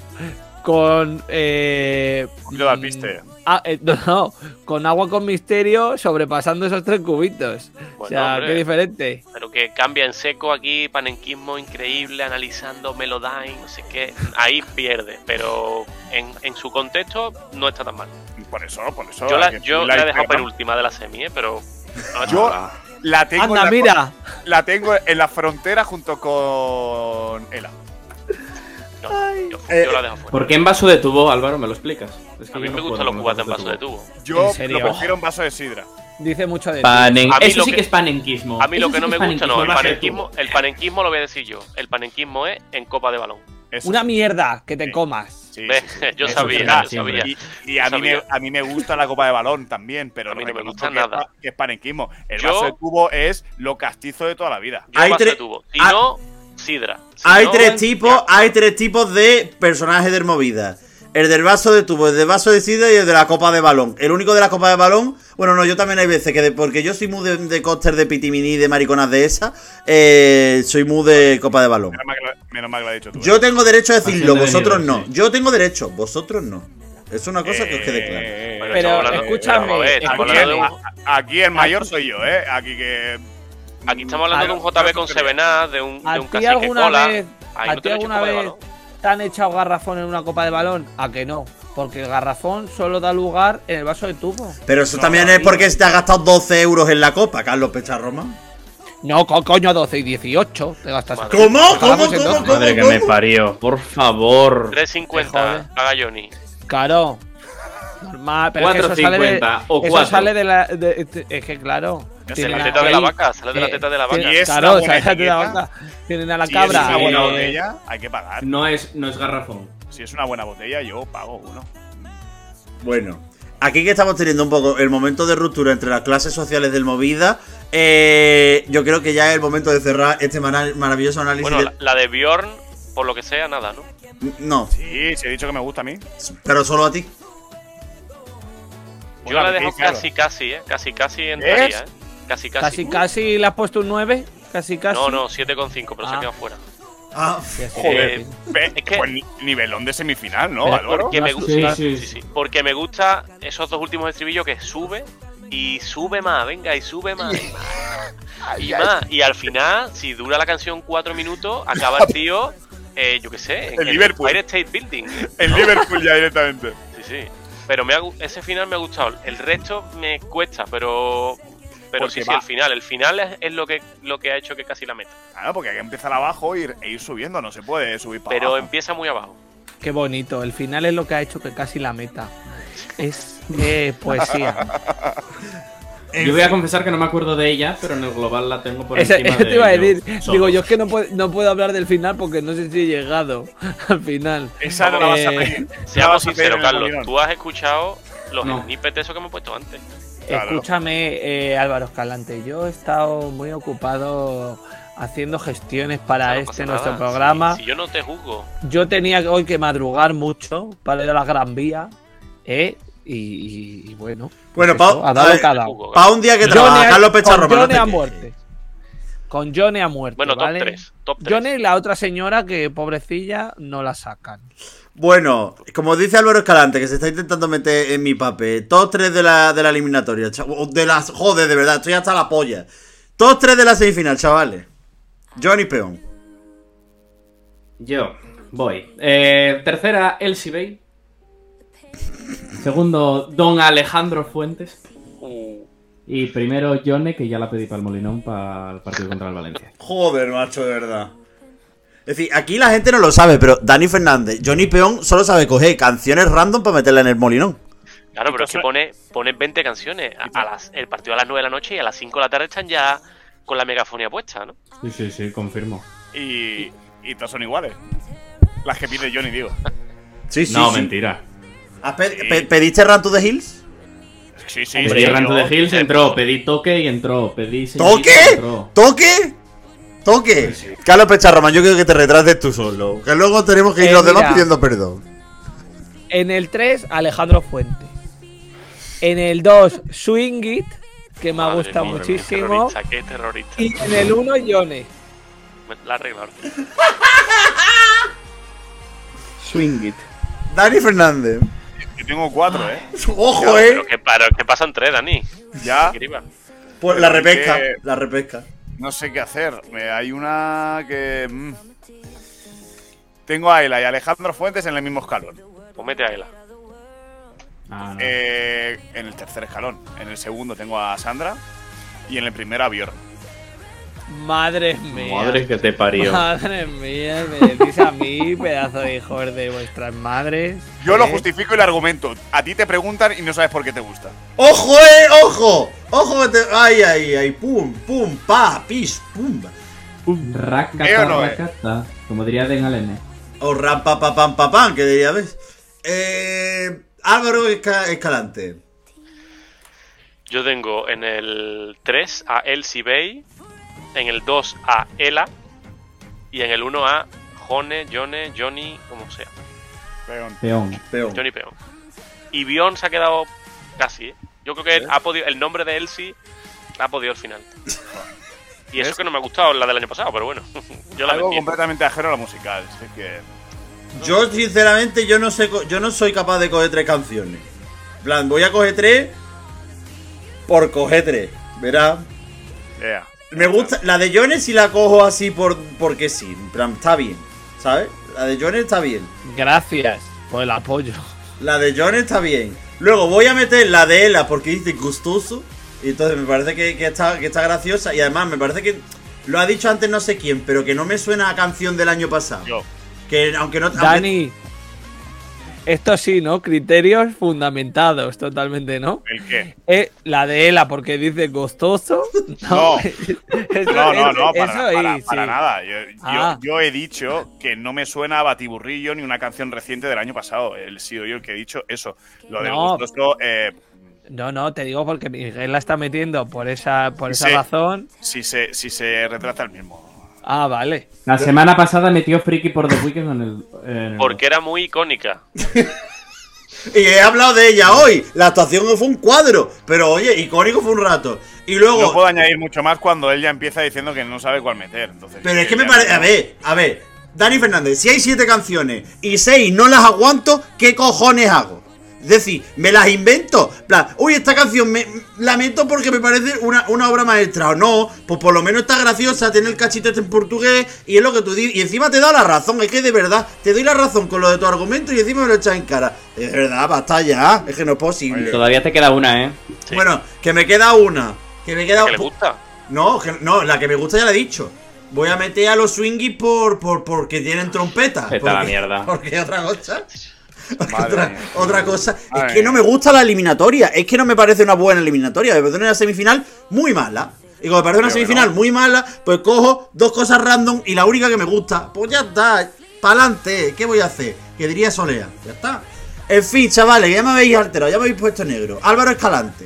Speaker 4: Con. Eh,
Speaker 3: Julio
Speaker 4: mm,
Speaker 3: Alpiste.
Speaker 4: ah, eh, no, no, con agua con misterio sobrepasando esos tres cubitos. o
Speaker 7: Bueno,
Speaker 4: sea,
Speaker 7: hombre.
Speaker 4: qué diferente.
Speaker 7: Pero que cambia en seco aquí, panenquismo increíble, analizando Melodyne, no sé qué. Ahí pierde, pero en, en su contexto no está tan mal.
Speaker 3: Por eso, por
Speaker 1: Oh,
Speaker 3: eso.
Speaker 7: Yo
Speaker 3: hay
Speaker 7: la,
Speaker 3: que
Speaker 7: yo
Speaker 3: subirla
Speaker 7: la he
Speaker 3: y
Speaker 7: dejado
Speaker 3: pegarla.
Speaker 7: penúltima de la semi, ¿eh? pero. no está
Speaker 3: Yo
Speaker 7: mal.
Speaker 3: la tengo.
Speaker 7: Anda,
Speaker 3: en la,
Speaker 7: mira.
Speaker 3: La tengo en la frontera junto con. Ela.
Speaker 7: yo, yo
Speaker 1: Eh,
Speaker 7: la dejo fuera.
Speaker 6: ¿Por qué en vaso de tubo, Álvaro? ¿Me lo explicas? Es
Speaker 7: A mí
Speaker 6: yo
Speaker 7: me
Speaker 6: no
Speaker 7: gustan
Speaker 6: puedo
Speaker 7: los
Speaker 6: con
Speaker 7: cubatas en vaso de tubo.
Speaker 3: Yo
Speaker 6: ¿En serio?
Speaker 3: lo prefiero en vaso de sidra.
Speaker 4: Dice mucho de
Speaker 6: Panen-
Speaker 7: A mí
Speaker 6: Eso
Speaker 7: lo
Speaker 6: sí
Speaker 7: que-
Speaker 6: que es panenquismo.
Speaker 7: A mí lo
Speaker 6: Eso
Speaker 7: que
Speaker 6: sí
Speaker 7: no me
Speaker 6: es
Speaker 7: gusta, no, el
Speaker 6: en vaso de
Speaker 7: panenquismo, el panenquismo lo voy a decir yo. El panenquismo es en copa de balón.
Speaker 4: Una mierda que te comas.
Speaker 7: Ve, Yo
Speaker 3: Eso
Speaker 7: sabía,
Speaker 3: es verdad,
Speaker 7: yo sabía.
Speaker 3: Y, y
Speaker 7: Yo
Speaker 3: a, mí me,
Speaker 7: sabía.
Speaker 3: a mí me gusta la copa de balón también, pero
Speaker 7: A mí no me
Speaker 3: reconozco
Speaker 7: gusta
Speaker 3: que
Speaker 7: nada.
Speaker 3: Es, pa- que es panenquismo. El
Speaker 7: Yo-
Speaker 3: vaso de tubo es lo castizo de toda la vida.
Speaker 7: Yo
Speaker 1: Hay
Speaker 7: vaso
Speaker 1: tres-
Speaker 7: de tubo. Si
Speaker 1: ah.
Speaker 7: no, sidra. Si
Speaker 1: hay
Speaker 7: no,
Speaker 1: tres tipos, hay tres tipos de personajes de Hermovida. El del vaso de tubo, el del vaso de sidra y el de la copa de balón. El único de la copa de balón, bueno, no, yo también hay veces que, de- porque yo soy muy de, de cóster de pitiminí, de mariconas de esa, eh, soy muy de copa de balón.
Speaker 3: Menos mal que lo- menos mal que lo has dicho tú. ¿eh?
Speaker 1: Yo tengo derecho a decirlo,
Speaker 6: Haciendo
Speaker 1: vosotros
Speaker 6: venido,
Speaker 1: no. Yo tengo derecho, vosotros no. Es una cosa que os quede clara.
Speaker 3: Eh,
Speaker 7: Bueno,
Speaker 4: Pero
Speaker 7: estamos hablando-
Speaker 4: escúchame,
Speaker 7: vamos a ver, estamos
Speaker 3: aquí,
Speaker 7: hablando
Speaker 3: el,
Speaker 7: de un-
Speaker 3: a- aquí el mayor soy yo, ¿eh? Aquí que.
Speaker 7: Aquí estamos hablando de un JB con Sevená, de un, de
Speaker 4: ¿A
Speaker 7: un
Speaker 4: ti
Speaker 7: cacique
Speaker 4: alguna
Speaker 7: cola.
Speaker 4: vez,
Speaker 7: Ahí
Speaker 4: a
Speaker 7: no
Speaker 4: ti
Speaker 7: te lo he hecho
Speaker 4: alguna
Speaker 7: copa de
Speaker 4: vez
Speaker 7: balón.
Speaker 4: te han echado garrafón en una copa de balón? ¿A que no? Porque el garrafón solo da lugar en el vaso de tubo.
Speaker 1: Pero eso
Speaker 3: No,
Speaker 1: también
Speaker 3: no,
Speaker 1: es
Speaker 3: no.
Speaker 1: porque se te ha gastado 12 euros en la copa, Carlos Pecharroma.
Speaker 4: No, co- coño, 12 y 18 te gastas.
Speaker 7: Madre
Speaker 1: ¿Cómo?
Speaker 4: Pagamos
Speaker 1: ¿Cómo?
Speaker 4: en
Speaker 1: ¿Cómo?
Speaker 4: dos.
Speaker 1: ¿Cómo?
Speaker 6: Madre que
Speaker 1: ¿Cómo?
Speaker 6: me parió, por favor.
Speaker 7: 3.50, paga Johnny.
Speaker 4: Claro. Normal, pero es que eso sale de,
Speaker 6: 4.50 o
Speaker 4: eso
Speaker 6: 4.
Speaker 4: sale de la. de- de- es que claro.
Speaker 3: No sé,
Speaker 4: tienen
Speaker 3: la
Speaker 4: a-
Speaker 7: teta de la
Speaker 4: ahí-
Speaker 7: vaca, sale de la
Speaker 4: eh,
Speaker 7: teta de la vaca.
Speaker 4: tienen-
Speaker 3: Y es una
Speaker 4: Claro,
Speaker 3: buena
Speaker 4: sale de la teta de la
Speaker 3: etiqueta.
Speaker 4: vaca. Tienen a la
Speaker 3: Si es
Speaker 4: cabra.
Speaker 3: una buena
Speaker 4: eh,
Speaker 3: botella, hay que pagar.
Speaker 6: No es, no es garrafón.
Speaker 3: Si es una buena botella, yo pago uno.
Speaker 1: Bueno, aquí que estamos teniendo un poco el momento de ruptura entre las clases sociales del Movida, eh, yo creo que ya es el momento de cerrar este mana- maravilloso análisis.
Speaker 7: Bueno,
Speaker 1: de-
Speaker 7: la, la de Bjorn, por lo que sea, nada, ¿no?
Speaker 1: No,
Speaker 3: Sí, si he dicho que me gusta a mí.
Speaker 1: pero solo a ti.
Speaker 7: Yo
Speaker 3: Bueno,
Speaker 7: la
Speaker 3: sí,
Speaker 7: dejo
Speaker 3: claro.
Speaker 7: casi, casi, ¿eh? Casi, casi entraría, ¿eh? Casi, casi.
Speaker 4: Casi,
Speaker 7: uh.
Speaker 4: casi le has puesto un 9. Casi, casi.
Speaker 7: No, no, 7,5, pero se
Speaker 4: Ah.
Speaker 7: ha quedado fuera.
Speaker 1: Ah,
Speaker 4: Ya sé.
Speaker 3: Joder,
Speaker 7: Eh,
Speaker 3: ve,
Speaker 7: es que-
Speaker 3: pues ni- nivelón de semifinal, ¿no,
Speaker 4: Pero
Speaker 3: Álvaro?
Speaker 7: Porque me,
Speaker 4: Sí,
Speaker 7: gusta,
Speaker 6: sí,
Speaker 7: sí, sí, porque me gusta esos dos últimos estribillos que sube y sube más, venga, y sube más. y más, y más. Y al final, si dura la canción cuatro minutos, acaba el tío, eh, yo qué sé, en
Speaker 3: En Liverpool.
Speaker 7: Empire State Building.
Speaker 3: En Liverpool ya directamente.
Speaker 7: Sí, sí. Pero me ha gu- ese final me ha gustado. El resto me cuesta, pero. Pero
Speaker 3: Porque
Speaker 7: sí, sí,
Speaker 3: va.
Speaker 7: el final. El final es, es lo que lo que ha hecho que casi la meta.
Speaker 3: Claro, porque hay que empezar abajo e ir, e ir subiendo, no se puede subir para
Speaker 7: Pero
Speaker 3: abajo.
Speaker 7: empieza muy abajo.
Speaker 4: Qué bonito. El final es lo que ha hecho que casi la meta. Es eh, poesía.
Speaker 6: Yo voy a confesar que no me acuerdo de ella, pero en el global la tengo por
Speaker 4: Esa-
Speaker 6: encima de
Speaker 4: eso te iba a
Speaker 6: ello,
Speaker 4: decir.
Speaker 6: solo.
Speaker 4: Digo, yo es que no puedo, no puedo hablar del final porque no sé si he llegado al final.
Speaker 7: em,
Speaker 3: Esa no la vas a
Speaker 4: Eh,
Speaker 3: pedir. No
Speaker 7: Seamos
Speaker 3: vas a pedir
Speaker 7: sinceros,
Speaker 3: el
Speaker 7: Carlos.
Speaker 3: molinón.
Speaker 7: Tú has escuchado los
Speaker 6: No.
Speaker 7: snippets de eso que me he puesto antes.
Speaker 3: Claro.
Speaker 4: Escúchame, eh, Álvaro Escalante. Yo he estado muy ocupado haciendo gestiones para
Speaker 7: No
Speaker 4: este
Speaker 7: pasa
Speaker 4: nuestro
Speaker 7: nada.
Speaker 4: programa.
Speaker 7: Si, si yo no te juzgo.
Speaker 4: Yo tenía hoy que madrugar mucho para ir a la Gran Vía. ¿eh? Y, y- y bueno. pues
Speaker 1: Bueno,
Speaker 4: eso,
Speaker 1: Pau,
Speaker 4: ha
Speaker 1: a
Speaker 4: dado
Speaker 1: ver,
Speaker 4: que ha dado.
Speaker 7: Juzgo,
Speaker 1: Para un día que trabaja,
Speaker 4: Johnny-
Speaker 1: Carlos
Speaker 4: con
Speaker 1: Pecharroma. no
Speaker 4: Johnny
Speaker 1: te
Speaker 4: a
Speaker 1: quejes.
Speaker 4: muerte. Con Johnny a muerte.
Speaker 7: Bueno,
Speaker 4: ¿vale?
Speaker 7: top 3. Top 3.
Speaker 4: Johnny y la otra señora que, pobrecilla, no la sacan.
Speaker 1: Bueno, como dice Álvaro Escalante, que se está intentando meter en mi papel, todos tres de la, de la eliminatoria, chav- o de las, joder, de verdad, estoy hasta la polla. Todos tres de la semifinal, chavales. Johnny Peón.
Speaker 6: Yo voy. Eh, tercera, Elsie Bay. Segundo, Don Alejandro Fuentes.
Speaker 7: Uh,
Speaker 6: Y primero, Yone, que ya la pedí para el Molinón para el partido contra el Valencia.
Speaker 1: Joder, macho, de verdad. Es decir, aquí la gente no lo sabe, pero Dani Fernández, Johnny Peón solo sabe coger canciones random para meterla en el molinón.
Speaker 7: Claro, pero es que
Speaker 3: Entonces-
Speaker 7: pone, pone 20 canciones. A, a las, el partido a las 9 de la noche y a las 5 de la tarde están ya con la megafonía puesta, ¿no?
Speaker 6: Sí, sí, sí, confirmo.
Speaker 3: Y, y todas son iguales. Las que pide Johnny, digo.
Speaker 1: Sí, sí.
Speaker 6: no,
Speaker 1: sí.
Speaker 6: mentira.
Speaker 1: ¿Has pe-
Speaker 3: Sí.
Speaker 1: pe- ¿Pediste Run to the Hills?
Speaker 3: Sí, sí,
Speaker 6: Pedí
Speaker 3: sí,
Speaker 6: Ranto
Speaker 3: yo- eh,
Speaker 6: de Hills, entró. Pedí Toque y entró. Pedí Señorita,
Speaker 1: ¿Toque?
Speaker 6: entró.
Speaker 1: ¿Toque? ¿Toque? Carlos Pecharroman, yo creo que te retrates tú solo. Que luego tenemos que ir
Speaker 4: Eh,
Speaker 1: los demás
Speaker 4: mira.
Speaker 1: pidiendo perdón.
Speaker 4: En el 3, Alejandro Fuente. En el 2, Swing It, que me ha
Speaker 7: Madre
Speaker 4: gustado
Speaker 7: mía, qué
Speaker 4: muchísimo.
Speaker 7: terrorista, qué terrorista.
Speaker 4: Y en el 1, Johnny.
Speaker 7: Me- La arregla ahora.
Speaker 1: Dani Fernández.
Speaker 3: Yo tengo cuatro, ¿eh?
Speaker 1: Ojo,
Speaker 7: Pero-
Speaker 1: eh.
Speaker 7: Pero que, pero que pasan tres, Dani.
Speaker 3: Ya.
Speaker 7: Escriba.
Speaker 1: Pues la
Speaker 3: Pero
Speaker 1: repesca,
Speaker 3: que-
Speaker 1: la repesca.
Speaker 3: No sé qué hacer. Me- hay una que. mm. Tengo a Ayla y a Alejandro Fuentes en el mismo escalón.
Speaker 7: Pues mete a Ela.
Speaker 5: Ah, no.
Speaker 3: Eh, en el tercer escalón. En el segundo tengo a Sandra. Y en el primero a Bjorn.
Speaker 4: Madre mía.
Speaker 12: Madre que te parió.
Speaker 4: Madre mía, me decís a mí, pedazo de hijos de vuestras madres.
Speaker 3: Yo
Speaker 4: ¿eh?
Speaker 3: lo justifico y lo argumento. A ti te preguntan y no sabes por qué te gusta.
Speaker 1: ¡Ojo, eh! ¡Ojo! ¡Ojo! que te- ¡Ay, ay, ay! ¡Pum, pum, pa, pis, pum!
Speaker 5: Uh, Racata,
Speaker 1: ¿Eh o no, eh?
Speaker 5: racata, como diría Den eh. Alene.
Speaker 1: O ram, pa, pa, pam, pa, pam, que diría, ¿ves? Eh, Álvaro Esca- Escalante.
Speaker 7: Yo tengo en el 3 a Elsie Bay, en el 2 a Ela y en el 1 a Jone, Jone, Johnny, como sea.
Speaker 5: Peón.
Speaker 1: Peón.
Speaker 7: Johnny Peón. Y Bion se ha quedado casi, ¿eh? Yo creo que ha podido, el nombre de Elsie ha podido al final. y eso que no me ha gustado la del año pasado, pero bueno. Yo la
Speaker 3: Algo
Speaker 7: metí.
Speaker 3: completamente ajeno a la musical. Es que.
Speaker 1: Yo, sinceramente, yo no sé, co- yo no soy capaz de coger tres canciones. En plan, voy a coger tres por coger tres, verá.
Speaker 3: Yeah.
Speaker 1: Me gusta, la de Jones si la cojo así por, porque sí, en plan, está bien, ¿sabes? La de Jones está bien.
Speaker 4: Gracias por el apoyo.
Speaker 1: La de Jones está bien. Luego voy a meter la de Ela porque dice gustoso. Y entonces me parece que, que está, que está graciosa. Y además me parece que lo ha dicho antes no sé quién, pero que no me suena a canción del año pasado.
Speaker 3: Yo.
Speaker 1: Que aunque no.
Speaker 4: Dani, esto sí, ¿no? Criterios fundamentados, totalmente, ¿no?
Speaker 3: ¿El qué?
Speaker 4: Eh, la de Ela, porque dice costoso.
Speaker 3: No.
Speaker 4: Eso-
Speaker 3: No, no, no,
Speaker 4: eso
Speaker 3: para, para-
Speaker 4: ahí,
Speaker 3: para
Speaker 4: sí.
Speaker 3: nada. Yo, yo-
Speaker 4: Ah.
Speaker 3: yo he dicho que no me suena a Batiburrillo ni una canción reciente del año pasado. He sido yo el que he dicho eso. Lo del
Speaker 4: No.
Speaker 3: gustoso, eh,
Speaker 4: No, no, te digo porque Miguel la está metiendo por esa, por esa
Speaker 3: Sí.
Speaker 4: razón.
Speaker 3: si, se, si se retrata el mismo.
Speaker 4: Ah, vale.
Speaker 5: La semana pasada metió Friki por The Weeknd en el. en el-
Speaker 7: Porque era muy icónica.
Speaker 1: Y he hablado de ella hoy. La actuación fue un cuadro. Pero oye, icónico fue un rato. Y luego.
Speaker 3: No puedo añadir mucho más cuando él ya empieza diciendo que no sabe cuál meter. Entonces, eh,
Speaker 1: Pero es que me
Speaker 3: ya-
Speaker 1: parece. A ver, a ver. Dani Fernández, si hay siete canciones y seis no las aguanto, ¿qué cojones hago? Es decir, me las invento. En plan, uy, esta canción me la meto porque me parece una, una obra maestra. O no, pues por lo menos está graciosa, tiene el cachito este en portugués y es lo que tú dices. Y encima te da la razón, es que de verdad, te doy la razón con lo de tu argumento y encima me lo echas en cara. De verdad, basta ya, es que no es posible.
Speaker 12: Todavía te queda una, ¿eh?
Speaker 1: Bueno, que me queda una. Que me queda
Speaker 7: ¿Que le gusta?
Speaker 1: no, que- no, la que me gusta ya la he dicho. Voy a meter a los swingies por, por, porque tienen trompeta.
Speaker 12: Vete a la
Speaker 1: Porque-
Speaker 12: mierda.
Speaker 1: Porque otra cosa. porque
Speaker 3: Madre
Speaker 1: otra,
Speaker 3: mía.
Speaker 1: otra cosa.
Speaker 3: Madre
Speaker 1: es que
Speaker 3: mía.
Speaker 1: no me gusta la eliminatoria. Es que no me parece una buena eliminatoria. Me parece una semifinal muy mala. Y como me parece una
Speaker 3: Pero
Speaker 1: semifinal muy mala, pues cojo dos cosas random y la única que me gusta, pues ya está. Pa'lante, ¿qué voy a hacer? Que diría Solea. Ya está. En fin, chavales, ya me habéis alterado, ya me habéis puesto negro. Álvaro Escalante,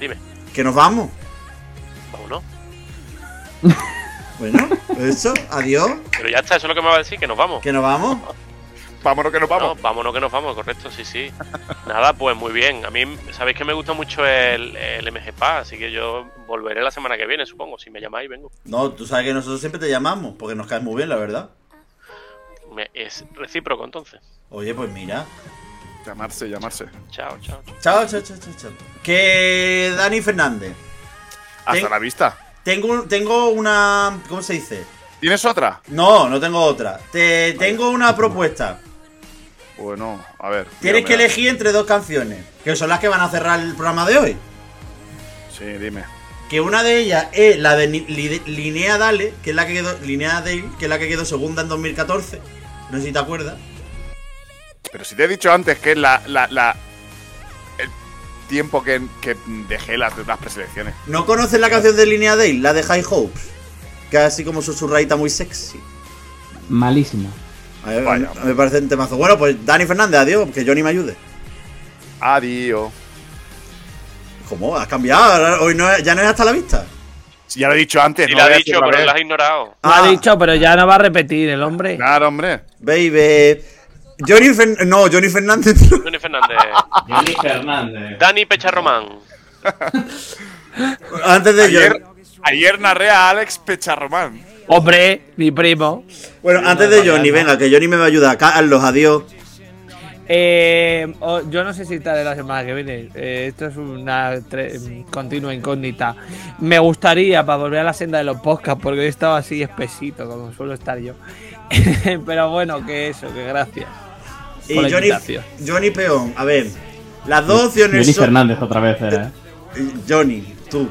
Speaker 7: Dime,
Speaker 1: que nos vamos.
Speaker 7: vámonos.
Speaker 1: Bueno, eso, adiós,
Speaker 7: Pero ya está, eso es lo que me va a decir, que nos vamos.
Speaker 1: que nos vamos.
Speaker 3: Vámonos que nos vamos.
Speaker 7: No, vámonos que nos vamos, correcto, sí, sí. Nada, pues muy bien. A mí, sabéis que me gusta mucho el, el MGPA, así que yo volveré la semana que viene, supongo. Si me llamáis, vengo.
Speaker 1: No, tú sabes que nosotros siempre te llamamos, porque nos caes muy bien, la verdad.
Speaker 7: Me- es recíproco, entonces.
Speaker 1: Oye, pues mira.
Speaker 3: Llamarse, llamarse.
Speaker 7: Chao, chao.
Speaker 1: Chao, chao, chao, chao, chao. Que Dani Fernández.
Speaker 3: Hasta
Speaker 1: Ten-
Speaker 3: la vista.
Speaker 1: Tengo, un- tengo una. ¿Cómo se dice?
Speaker 3: ¿Tienes otra?
Speaker 1: No, no tengo otra. Te tengo una propuesta.
Speaker 3: Bueno, a ver.
Speaker 1: Tienes
Speaker 3: dígame.
Speaker 1: que elegir entre dos canciones, que son las que van a cerrar el programa de hoy.
Speaker 3: Sí, dime.
Speaker 1: Que una de ellas es la de Ni- Li- Linnea Dale, que es la que quedó. Linnea Dale, que es la que quedó segunda en 2014. No sé si te acuerdas.
Speaker 3: Pero si te he dicho antes que es la, la, la- el tiempo que, que dejé las, las preselecciones.
Speaker 1: ¿No conoces la canción de Linnea Dale? La de High Hopes. Que es así como susurradita muy sexy.
Speaker 5: Malísima.
Speaker 1: A ver,
Speaker 3: Vaya,
Speaker 1: me parece un temazo. Bueno, pues Dani Fernández, adiós, que Johnny me ayude.
Speaker 3: Adiós.
Speaker 1: ¿Cómo? ¿Has cambiado? Ahora- Hoy no es- ya no es hasta la vista.
Speaker 3: Si ya lo he dicho antes.
Speaker 7: Y
Speaker 3: no
Speaker 7: lo
Speaker 3: lo voy
Speaker 7: ha
Speaker 3: a ¿eh? decir
Speaker 7: dicho,
Speaker 3: otra
Speaker 7: pero
Speaker 3: vez.
Speaker 7: lo has ignorado.
Speaker 1: Ah.
Speaker 4: Lo ha dicho, pero ya no va a repetir el hombre.
Speaker 3: Claro, hombre.
Speaker 1: Baby. Johnny Fernández. No, Johnny Fernández.
Speaker 7: Dani Fernández.
Speaker 5: Johnny Fernández.
Speaker 7: Dani Pecharromán.
Speaker 1: Antes de
Speaker 3: Ayer,
Speaker 1: Johnny.
Speaker 3: ayer narré a Alex Pecharromán.
Speaker 4: Hombre, mi primo.
Speaker 1: Bueno, antes de Johnny, venga, que Johnny me va a ayudar. Carlos, adiós.
Speaker 4: Eh, o- yo no sé si está de la semana que viene. eh, esto es una tre- continua incógnita. Me gustaría, para volver a la senda de los podcasts, porque hoy estaba así espesito, como suelo estar yo. Pero bueno, que eso, que gracias.
Speaker 1: Y
Speaker 4: por la
Speaker 1: Johnny,
Speaker 4: invitación.
Speaker 1: Johnny Peón, a ver. Las dos opciones
Speaker 5: Johnny
Speaker 1: son.
Speaker 5: Fernández otra vez era, ¿eh?
Speaker 1: Johnny, tú.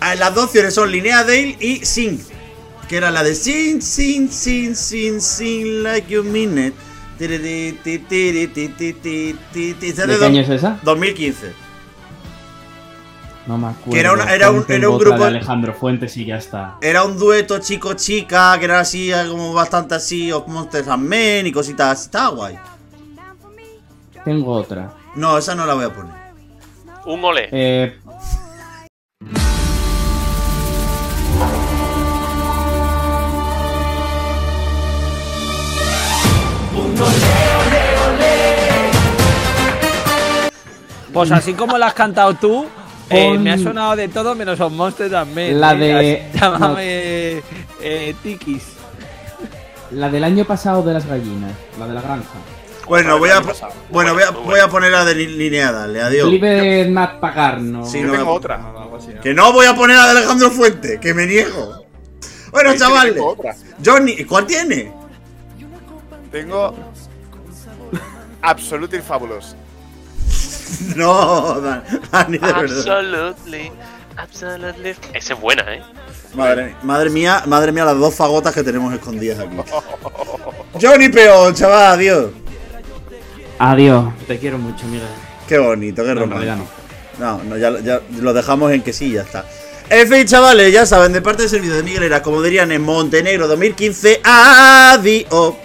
Speaker 1: Ah, las dos opciones son Linnea Dale y Sing. Que era la de Sing, Sing, Sing, Sing, Sing, like you mean it. Tiriri, ti, tiri, ti, ti, ti, ti, ti. Esa
Speaker 5: ¿De
Speaker 1: de
Speaker 5: qué
Speaker 1: do-
Speaker 5: año es esa?
Speaker 1: 2015.
Speaker 5: No me acuerdo.
Speaker 1: Que era una- era un-
Speaker 5: Ponte
Speaker 1: era un
Speaker 5: otra
Speaker 1: grupo-
Speaker 5: de Alejandro Fuentes y ya está.
Speaker 1: Era un dueto chico-chica, que era así, eh, como bastante así, of Monsters and Men y cositas así. Está guay.
Speaker 5: Tengo otra.
Speaker 1: No, esa no la voy a poner.
Speaker 7: Un ole.
Speaker 5: Eh,
Speaker 4: Pues así como la has cantado tú, eh, me ha
Speaker 5: Pon-
Speaker 4: sonado de todo menos los monsters también.
Speaker 5: La
Speaker 4: eh,
Speaker 5: de-
Speaker 4: así, Llámame eh, Tikis.
Speaker 5: la del año pasado de las gallinas, la de la granja.
Speaker 1: Bueno, voy a, bueno, voy a, voy a poner la de li- Linnea Dale. Adiós.
Speaker 5: Libre Nat Pagarno.
Speaker 1: Sí, no me-
Speaker 3: otra.
Speaker 1: Que no voy a poner a Alejandro Fuente, que me niego. Bueno, chavales. Johnny, ¿cuál tiene?
Speaker 3: Tengo. Absolute y Fabulous.
Speaker 1: No, Dan- Dani, de verdad.
Speaker 7: Absolutely, absolutely. Esa es buena, ¿eh?
Speaker 1: Madre, madre mía, madre mía, las dos fagotas que tenemos escondidas aquí. Johnny Peón, chaval, adiós.
Speaker 5: Adiós. Te quiero mucho, Miguel.
Speaker 1: Qué bonito, qué romántico.
Speaker 5: ya
Speaker 1: No, no, ya, lo- ya lo dejamos en que sí, ya está. En fin, chavales, ya saben, de parte del servidor de Miguel Heras, como dirían en Montenegro 2015, adiós.